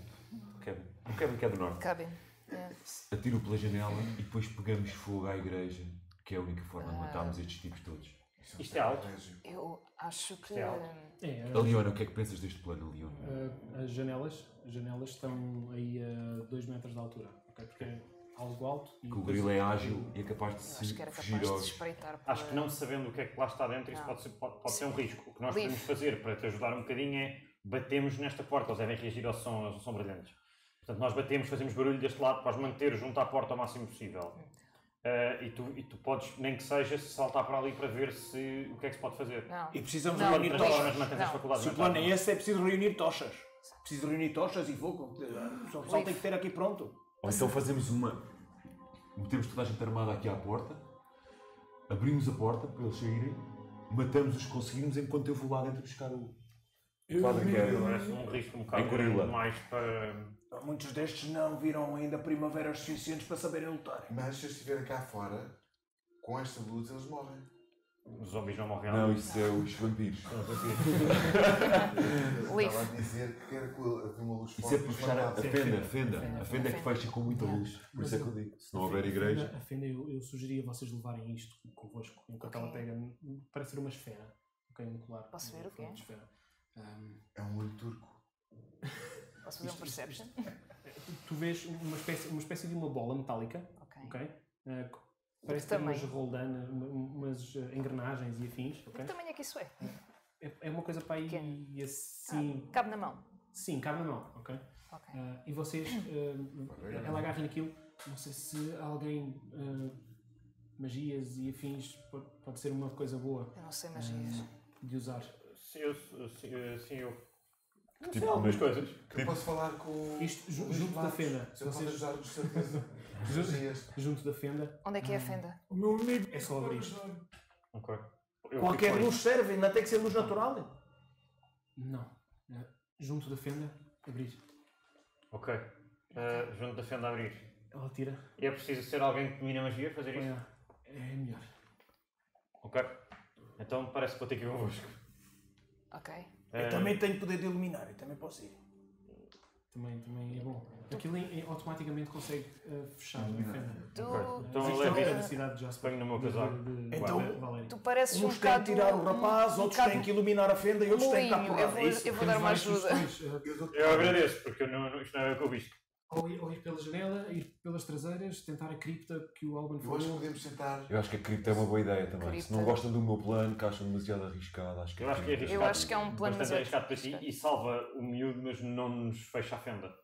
[SPEAKER 7] O Kevin que é do norte.
[SPEAKER 6] Cabem. Yeah.
[SPEAKER 7] Atiro pela janela e depois pegamos fogo à igreja. que é a única forma de matarmos estes tipos todos.
[SPEAKER 5] Isto é alto.
[SPEAKER 6] Eu acho que.
[SPEAKER 1] Isto é algo. É,
[SPEAKER 7] A Leona, o que é que pensas deste plano, Leona?
[SPEAKER 1] Ah, as janelas, as janelas estão aí a 2 metros de altura, ok? Porque é algo alto e
[SPEAKER 7] Que o
[SPEAKER 1] depois-
[SPEAKER 7] gorila é ágil e é capaz de
[SPEAKER 6] acho
[SPEAKER 7] se
[SPEAKER 6] que era capaz
[SPEAKER 7] fugir
[SPEAKER 6] de
[SPEAKER 7] aos...
[SPEAKER 6] se espreitar por-
[SPEAKER 5] Acho que não sabendo o que é que lá está dentro, isso
[SPEAKER 6] Não.
[SPEAKER 5] pode ser, pode, pode ser um
[SPEAKER 6] Ah. Sim.
[SPEAKER 5] risco. O que nós
[SPEAKER 6] Livre.
[SPEAKER 5] podemos fazer para te ajudar um bocadinho é batemos nesta porta, eles devem reagir ao som, ao som brilhante. Portanto, nós batemos, fazemos barulho deste lado para os manter junto à porta o máximo possível. Ah, e, tu, e tu podes, nem que seja, saltar para ali para ver se, o que é que se pode fazer.
[SPEAKER 6] Não.
[SPEAKER 8] E precisamos
[SPEAKER 5] Não,
[SPEAKER 8] reunir
[SPEAKER 5] mas
[SPEAKER 8] tochas.
[SPEAKER 5] nós mantemos as faculdades
[SPEAKER 8] Se o
[SPEAKER 5] mentais,
[SPEAKER 8] plano é
[SPEAKER 5] não.
[SPEAKER 8] esse, é preciso reunir tochas. Preciso reunir tochas e fogo. O pessoal tem que ter aqui pronto.
[SPEAKER 7] Ou então fazemos uma. Metemos toda a gente armada aqui à porta, abrimos a porta para eles saírem, matamos-os que conseguirmos enquanto eu vou lá dentro buscar o.
[SPEAKER 5] Eu-
[SPEAKER 7] quadriqueiro.
[SPEAKER 5] Parece um risco um bocado
[SPEAKER 7] Em gorila.
[SPEAKER 5] grande mais para.
[SPEAKER 8] Muitos destes não viram ainda primaveras suficientes para saberem lutar.
[SPEAKER 3] Mas se eles estiverem cá fora, com esta luz eles morrem.
[SPEAKER 5] Os zombies não morrem
[SPEAKER 7] Não, isso é os
[SPEAKER 3] <laughs>
[SPEAKER 7] vampiros.
[SPEAKER 3] Eu
[SPEAKER 7] Leaf.
[SPEAKER 3] Estava a dizer que era com a- com uma luz
[SPEAKER 7] Isso
[SPEAKER 3] forte.
[SPEAKER 7] é por fechar a, a
[SPEAKER 3] Sim,
[SPEAKER 7] fenda,
[SPEAKER 3] sim.
[SPEAKER 7] a fenda. A fenda é que fecha com muita luz. Por isso é que eu digo. Se não houver igreja.
[SPEAKER 1] A fenda, eu, eu sugeria vocês levarem isto convosco, enquanto ela pega. um- Parece ser uma esfera. Ok, um colar.
[SPEAKER 6] Posso ver o que é?
[SPEAKER 3] É um olho turco.
[SPEAKER 6] Posso fazer um perception?
[SPEAKER 1] Tu vês uma espécie, uma espécie de uma bola metálica.
[SPEAKER 6] Ok.
[SPEAKER 1] Eh, co- parece ter
[SPEAKER 6] tamanho?
[SPEAKER 1] umas roldanas, uma- umas eh, engrenagens e afins. ok?
[SPEAKER 6] Que tamanho é que isso é?
[SPEAKER 1] É, é uma coisa para aí assim.
[SPEAKER 6] Cabe na mão.
[SPEAKER 1] Sim, cabe na mão, ok? Ah, e vocês, ah, ela agarra naquilo, não sei se alguém, ah, magias e afins, po- pode ser uma coisa boa.
[SPEAKER 6] Eu não sei magias.
[SPEAKER 1] ah, de usar.
[SPEAKER 5] Sim, eu. Sim, eu. Sim, eu. Não
[SPEAKER 1] Tipo,
[SPEAKER 5] sei, algumas
[SPEAKER 1] mas-
[SPEAKER 5] coisas.
[SPEAKER 3] Eu posso falar com.
[SPEAKER 1] Isto ju-
[SPEAKER 3] com os
[SPEAKER 1] junto da
[SPEAKER 3] magos.
[SPEAKER 1] fenda.
[SPEAKER 3] Se eu posso
[SPEAKER 1] Vocês-
[SPEAKER 3] ajudar-vos, de certeza.
[SPEAKER 1] Junto, junto da fenda.
[SPEAKER 6] Onde é que é a
[SPEAKER 1] Ah,
[SPEAKER 6] fenda?
[SPEAKER 10] O meu amigo.
[SPEAKER 1] É só abrir.
[SPEAKER 5] Ok.
[SPEAKER 8] Qualquer luz serve, não tem que ser luz
[SPEAKER 7] Ah.
[SPEAKER 8] natural.
[SPEAKER 1] Não. Ah, junto da fenda, abrir.
[SPEAKER 5] Ok. Ah, junto da fenda a abrir.
[SPEAKER 1] Ela tira.
[SPEAKER 5] E é preciso ser alguém que domina a magia fazer isso?
[SPEAKER 1] É melhor.
[SPEAKER 5] Ok. Então parece que vou ter que ir convosco.
[SPEAKER 6] Ok.
[SPEAKER 5] Eh,
[SPEAKER 7] É.
[SPEAKER 8] Eu também tenho poder de iluminar, eu também posso ir.
[SPEAKER 1] Também, também é bom. Aquilo em- em- automaticamente consegue ah, fechar a fenda.
[SPEAKER 6] Tu-
[SPEAKER 5] Ok. Então
[SPEAKER 1] Mas isto
[SPEAKER 5] leve
[SPEAKER 1] é
[SPEAKER 5] isso.
[SPEAKER 1] da cidade de Jasper.
[SPEAKER 5] Ponho no meu casaco.
[SPEAKER 1] De- de-
[SPEAKER 8] Então,
[SPEAKER 1] de- de Valéria.
[SPEAKER 6] Tu pareces
[SPEAKER 8] Uns
[SPEAKER 6] um
[SPEAKER 8] têm que
[SPEAKER 6] bocado.
[SPEAKER 8] tirar o rapaz,
[SPEAKER 6] um
[SPEAKER 8] outros
[SPEAKER 6] bocado
[SPEAKER 8] têm que iluminar a fenda e outros têm que dar
[SPEAKER 6] molinho. Eu
[SPEAKER 8] porrada.
[SPEAKER 6] vou,
[SPEAKER 8] é isso?
[SPEAKER 6] eu vou dar uma ajuda.
[SPEAKER 5] Eu agradeço, porque eu não, não- isto não é o que eu visto.
[SPEAKER 1] Ou eh, ir, ou ir pela janela, ir pelas traseiras, tentar a cripta que o Alban
[SPEAKER 3] Eu
[SPEAKER 1] falou.
[SPEAKER 3] acho que podemos tentar.
[SPEAKER 7] Eu acho que a cripta é uma boa ideia também. Se não
[SPEAKER 1] Cripta.
[SPEAKER 7] gostam do meu plano, que acham demasiado arriscado, acho que.
[SPEAKER 5] Eu acho que é arriscado.
[SPEAKER 6] um
[SPEAKER 5] bastante arriscado para ti e salva o miúdo, mas não nos fecha a fenda.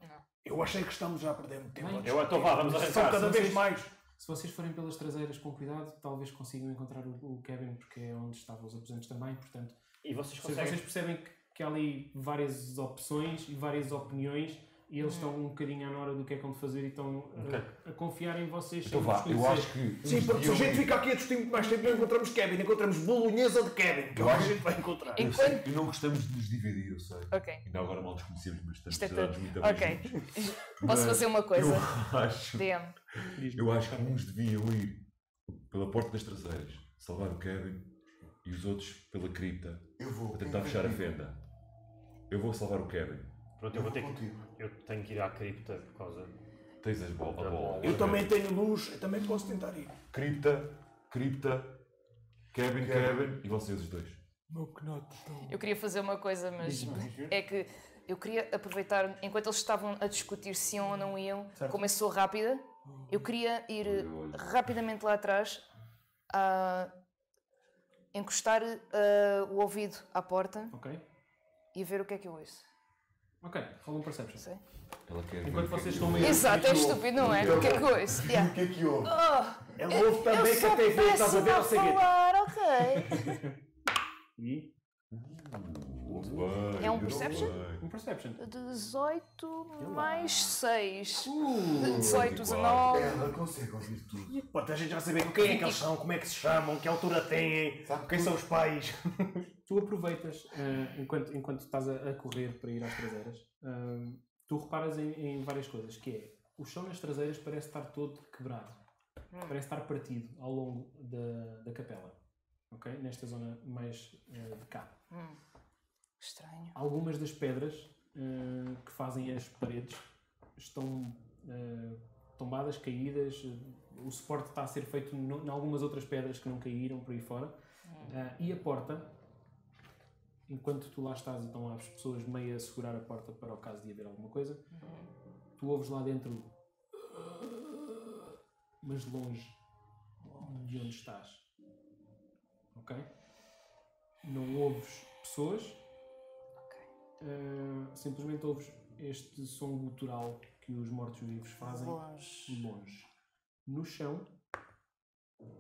[SPEAKER 8] Eu achei que estamos já a perder muito tempo.
[SPEAKER 5] Eu então vá, vamos
[SPEAKER 8] São
[SPEAKER 5] arrancar.
[SPEAKER 8] cada vez mais.
[SPEAKER 1] Se vocês forem pelas traseiras com cuidado, talvez consigam encontrar o, o Kevin, porque é onde estavam os aposentos também, portanto...
[SPEAKER 5] E vocês
[SPEAKER 1] se-
[SPEAKER 5] conseguem-
[SPEAKER 1] vocês percebem que, que há ali várias opções e várias opiniões, e eles estão um bocadinho à nora do que é que hão de fazer e estão uh,
[SPEAKER 5] Ok.
[SPEAKER 1] a, confiar em vocês.
[SPEAKER 7] Então
[SPEAKER 1] sem
[SPEAKER 7] vá,
[SPEAKER 1] vos
[SPEAKER 7] eu
[SPEAKER 1] conhecer.
[SPEAKER 7] acho que-
[SPEAKER 8] Sim, porque se a gente fica aqui a discutir muito mais tempo, não encontramos Kevin, encontramos bolonhesa de Kevin, que eu acho que a gente vai encontrar.
[SPEAKER 7] Eu sei, e não gostamos de nos dividir, eu sei.
[SPEAKER 6] Ok.
[SPEAKER 7] Ainda agora mal nos conhecemos, mas estamos
[SPEAKER 6] Isto é
[SPEAKER 7] cidades
[SPEAKER 6] tudo.
[SPEAKER 7] muito
[SPEAKER 6] Ok.
[SPEAKER 7] <laughs> abrangentes. Mas
[SPEAKER 6] Posso fazer uma coisa?
[SPEAKER 7] Eu acho,
[SPEAKER 6] DM.
[SPEAKER 7] eu acho que uns deviam ir pela porta das traseiras, salvar o Kevin, e os outros pela cripta.
[SPEAKER 3] Eu vou.
[SPEAKER 7] Para tentar
[SPEAKER 3] Eu
[SPEAKER 7] fechar a
[SPEAKER 3] vou.
[SPEAKER 7] fenda. Eu vou salvar o Kevin.
[SPEAKER 5] Pronto, eu vou ter que. Eu tenho que ir à cripta por causa.
[SPEAKER 7] Tens as bol- a bola.
[SPEAKER 5] Da bola.
[SPEAKER 8] Eu também tenho luz, eu também posso tentar ir.
[SPEAKER 7] Cripta, cripta, Kevin, Kevin e vocês os dois.
[SPEAKER 10] Meu knote tão.
[SPEAKER 6] Eu queria fazer uma coisa, mas é que eu queria aproveitar, enquanto eles estavam a discutir se iam ou não iam,
[SPEAKER 1] Certo.
[SPEAKER 6] como eu sou rápida, eu queria ir rapidamente lá atrás a encostar ah, o ouvido à porta
[SPEAKER 1] Ok.
[SPEAKER 6] e ver o que é que eu ouço.
[SPEAKER 1] Ok, rola um perception.
[SPEAKER 7] Ela quer ver
[SPEAKER 1] Enquanto
[SPEAKER 7] o que é
[SPEAKER 1] vocês
[SPEAKER 7] que
[SPEAKER 1] estão
[SPEAKER 7] eu-
[SPEAKER 1] ali-
[SPEAKER 6] Exato, é
[SPEAKER 1] O que é que
[SPEAKER 6] estúpido, não é?
[SPEAKER 7] houve?
[SPEAKER 6] O que é que eu
[SPEAKER 8] <laughs>
[SPEAKER 6] ouço? Yeah.
[SPEAKER 3] O que é que houve?
[SPEAKER 6] Oh,
[SPEAKER 8] Ele ouve também que até vê, estás a ver?
[SPEAKER 6] Eu
[SPEAKER 8] Ao
[SPEAKER 6] sou
[SPEAKER 8] seguinte.
[SPEAKER 6] péssima falar, ok.
[SPEAKER 8] <laughs>
[SPEAKER 1] E?
[SPEAKER 6] É um perception?
[SPEAKER 1] Um perception.
[SPEAKER 6] 18 mais 6. 18,
[SPEAKER 8] 19.
[SPEAKER 6] Oh.
[SPEAKER 3] Ela consegue ouvir tudo.
[SPEAKER 8] Pode a gente já saber quem é que eles são, como é que se chamam, que altura têm, quem são os pais. <laughs>
[SPEAKER 1] Tu aproveitas, ah, enquanto, enquanto estás a, a correr para ir às traseiras, ah, tu reparas em, em várias coisas, que é, o chão nas traseiras parece estar todo quebrado,
[SPEAKER 6] Hum.
[SPEAKER 1] parece estar partido ao longo da, da capela, ok? Nesta zona mais ah, de cá.
[SPEAKER 6] Hum. Estranho.
[SPEAKER 1] Algumas eh, das pedras ah, que fazem as paredes estão, ah, estão tombadas, caídas. O suporte está a ser feito em algumas outras pedras que não caíram por aí fora. Ah, e a porta, enquanto tu lá estás, então há as pessoas meio a segurar a porta para o caso de haver alguma coisa. Tu ouves lá dentro, mas longe de onde estás. Ok? Não ouves pessoas. Ah, simplesmente ouves este som gutural que os mortos-vivos fazem
[SPEAKER 6] Longe.
[SPEAKER 1] longe. No chão,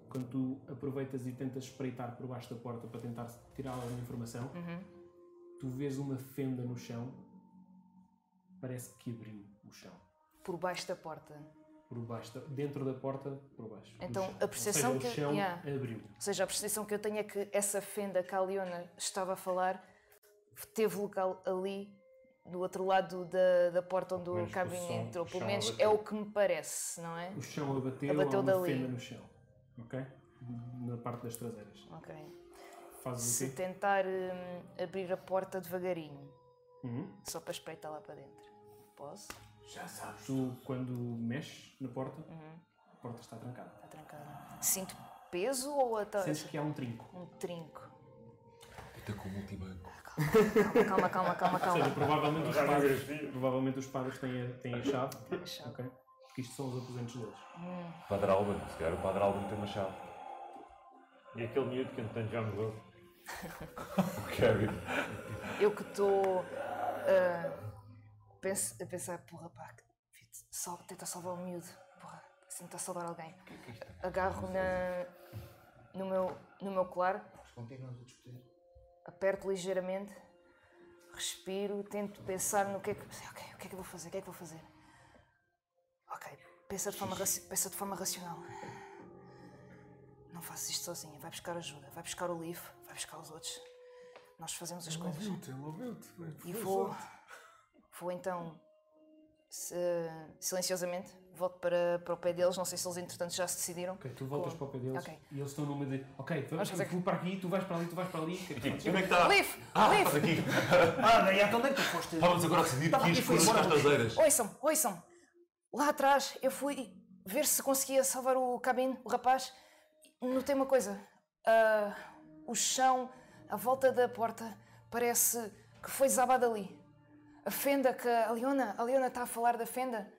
[SPEAKER 1] quando tu aproveitas e tentas espreitar por baixo da porta para tentar tirar alguma informação,
[SPEAKER 6] Uhum.
[SPEAKER 1] tu vês uma fenda no chão, parece que abriu o chão.
[SPEAKER 6] Por baixo da porta.
[SPEAKER 1] Por baixo, da- dentro da porta, por baixo. do
[SPEAKER 6] Então,
[SPEAKER 1] chão.
[SPEAKER 6] a percepção
[SPEAKER 1] Ou seja,
[SPEAKER 6] que-
[SPEAKER 1] O chão
[SPEAKER 6] yeah.
[SPEAKER 1] abriu.
[SPEAKER 6] Ou seja, a percepção que eu tenho é que essa fenda que a Leona estava a falar teve local ali, do outro lado da, da porta onde o
[SPEAKER 5] menos que o
[SPEAKER 6] cabinho
[SPEAKER 5] som-
[SPEAKER 6] entrou.
[SPEAKER 5] o
[SPEAKER 6] Pelo
[SPEAKER 5] chão
[SPEAKER 6] menos é
[SPEAKER 5] abateu.
[SPEAKER 6] o que me parece, não é?
[SPEAKER 1] O chão abateu,
[SPEAKER 6] Abateu
[SPEAKER 1] há uma
[SPEAKER 6] dali.
[SPEAKER 1] fenda no chão. Ok? Na parte das traseiras.
[SPEAKER 6] Ok.
[SPEAKER 1] Fazes o
[SPEAKER 6] Se
[SPEAKER 1] quê?
[SPEAKER 6] tentar hum, abrir a porta devagarinho,
[SPEAKER 1] Uhum.
[SPEAKER 6] só para espreitar lá para dentro. Posso?
[SPEAKER 3] Já sabes.
[SPEAKER 1] Tu, quando mexes na porta,
[SPEAKER 6] Uhum.
[SPEAKER 1] a porta está trancada.
[SPEAKER 6] Está trancada. Tá Sinto peso ou até.
[SPEAKER 1] Sentes que há um trinco.
[SPEAKER 6] Um trinco.
[SPEAKER 7] Puta com o multibanco.
[SPEAKER 6] Calma, calma, calma,
[SPEAKER 1] Ou
[SPEAKER 7] <laughs>
[SPEAKER 1] seja,
[SPEAKER 6] calma.
[SPEAKER 1] provavelmente os
[SPEAKER 5] Já não
[SPEAKER 1] padres,
[SPEAKER 5] existia.
[SPEAKER 1] provavelmente os padres têm, a, têm a chave.
[SPEAKER 6] Tem a chave.
[SPEAKER 1] ok? Porque isto são os aposentos deles.
[SPEAKER 2] Padre Alban, se calhar o Padre Alban tem uma chave.
[SPEAKER 5] E aquele miúdo que entretanto já morreu.
[SPEAKER 2] O Carrie.
[SPEAKER 6] Eu que estou a pensar, porra, pá, que- só, tenta salvar o miúdo, porra, se não está a salvar alguém.
[SPEAKER 7] é
[SPEAKER 6] Agarro na, no, meu, no meu colar,
[SPEAKER 3] Mas continuamos a discutir.
[SPEAKER 6] aperto ligeiramente, respiro, tento pensar no que é que. Ok, o que é que eu vou fazer? O que é que eu vou fazer? Ok, pensa de forma, raci- pensa de forma racional. Não faças isto sozinha, vai buscar ajuda, vai buscar o livro, vai buscar os outros. Nós fazemos
[SPEAKER 1] Uhum.
[SPEAKER 6] as coisas.
[SPEAKER 4] Ouviu-te, ele ouviu-te. mas
[SPEAKER 6] E
[SPEAKER 4] foi
[SPEAKER 6] vou.
[SPEAKER 4] sorte.
[SPEAKER 6] Vou então. se- silenciosamente. Volto para, para o pé deles. Não sei se eles entretanto já se decidiram.
[SPEAKER 1] Ok, tu voltas
[SPEAKER 6] Com-
[SPEAKER 1] para o pé deles
[SPEAKER 6] Ok.
[SPEAKER 1] e eles estão numa de. Ok, vamos
[SPEAKER 6] Vamos fazer-
[SPEAKER 1] tu para aqui, tu vais para ali, tu vais para ali.
[SPEAKER 2] E
[SPEAKER 1] <laughs>
[SPEAKER 2] onde é que está?
[SPEAKER 6] Leaf!
[SPEAKER 7] Estás
[SPEAKER 6] Leaf!
[SPEAKER 7] aqui.
[SPEAKER 6] <laughs>
[SPEAKER 8] Ah, e então onde é que tu foste?
[SPEAKER 7] Estávamos agora a decidir que ias por as traseiras.
[SPEAKER 6] Ouçam, ouçam! Lá atrás eu fui ver se conseguia salvar o cabine, o rapaz. Notei uma coisa. Ah, o chão à volta da porta parece que foi desabado ali. A fenda que a Leona, a Leona está a falar da fenda.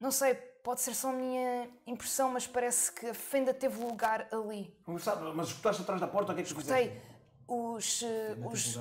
[SPEAKER 6] Não sei, pode ser só a minha impressão, mas parece que a fenda teve lugar ali.
[SPEAKER 8] Mas sabe- Mas escutaste atrás da porta, o que é que tu fizeste?
[SPEAKER 6] Escutei, os, eh, os,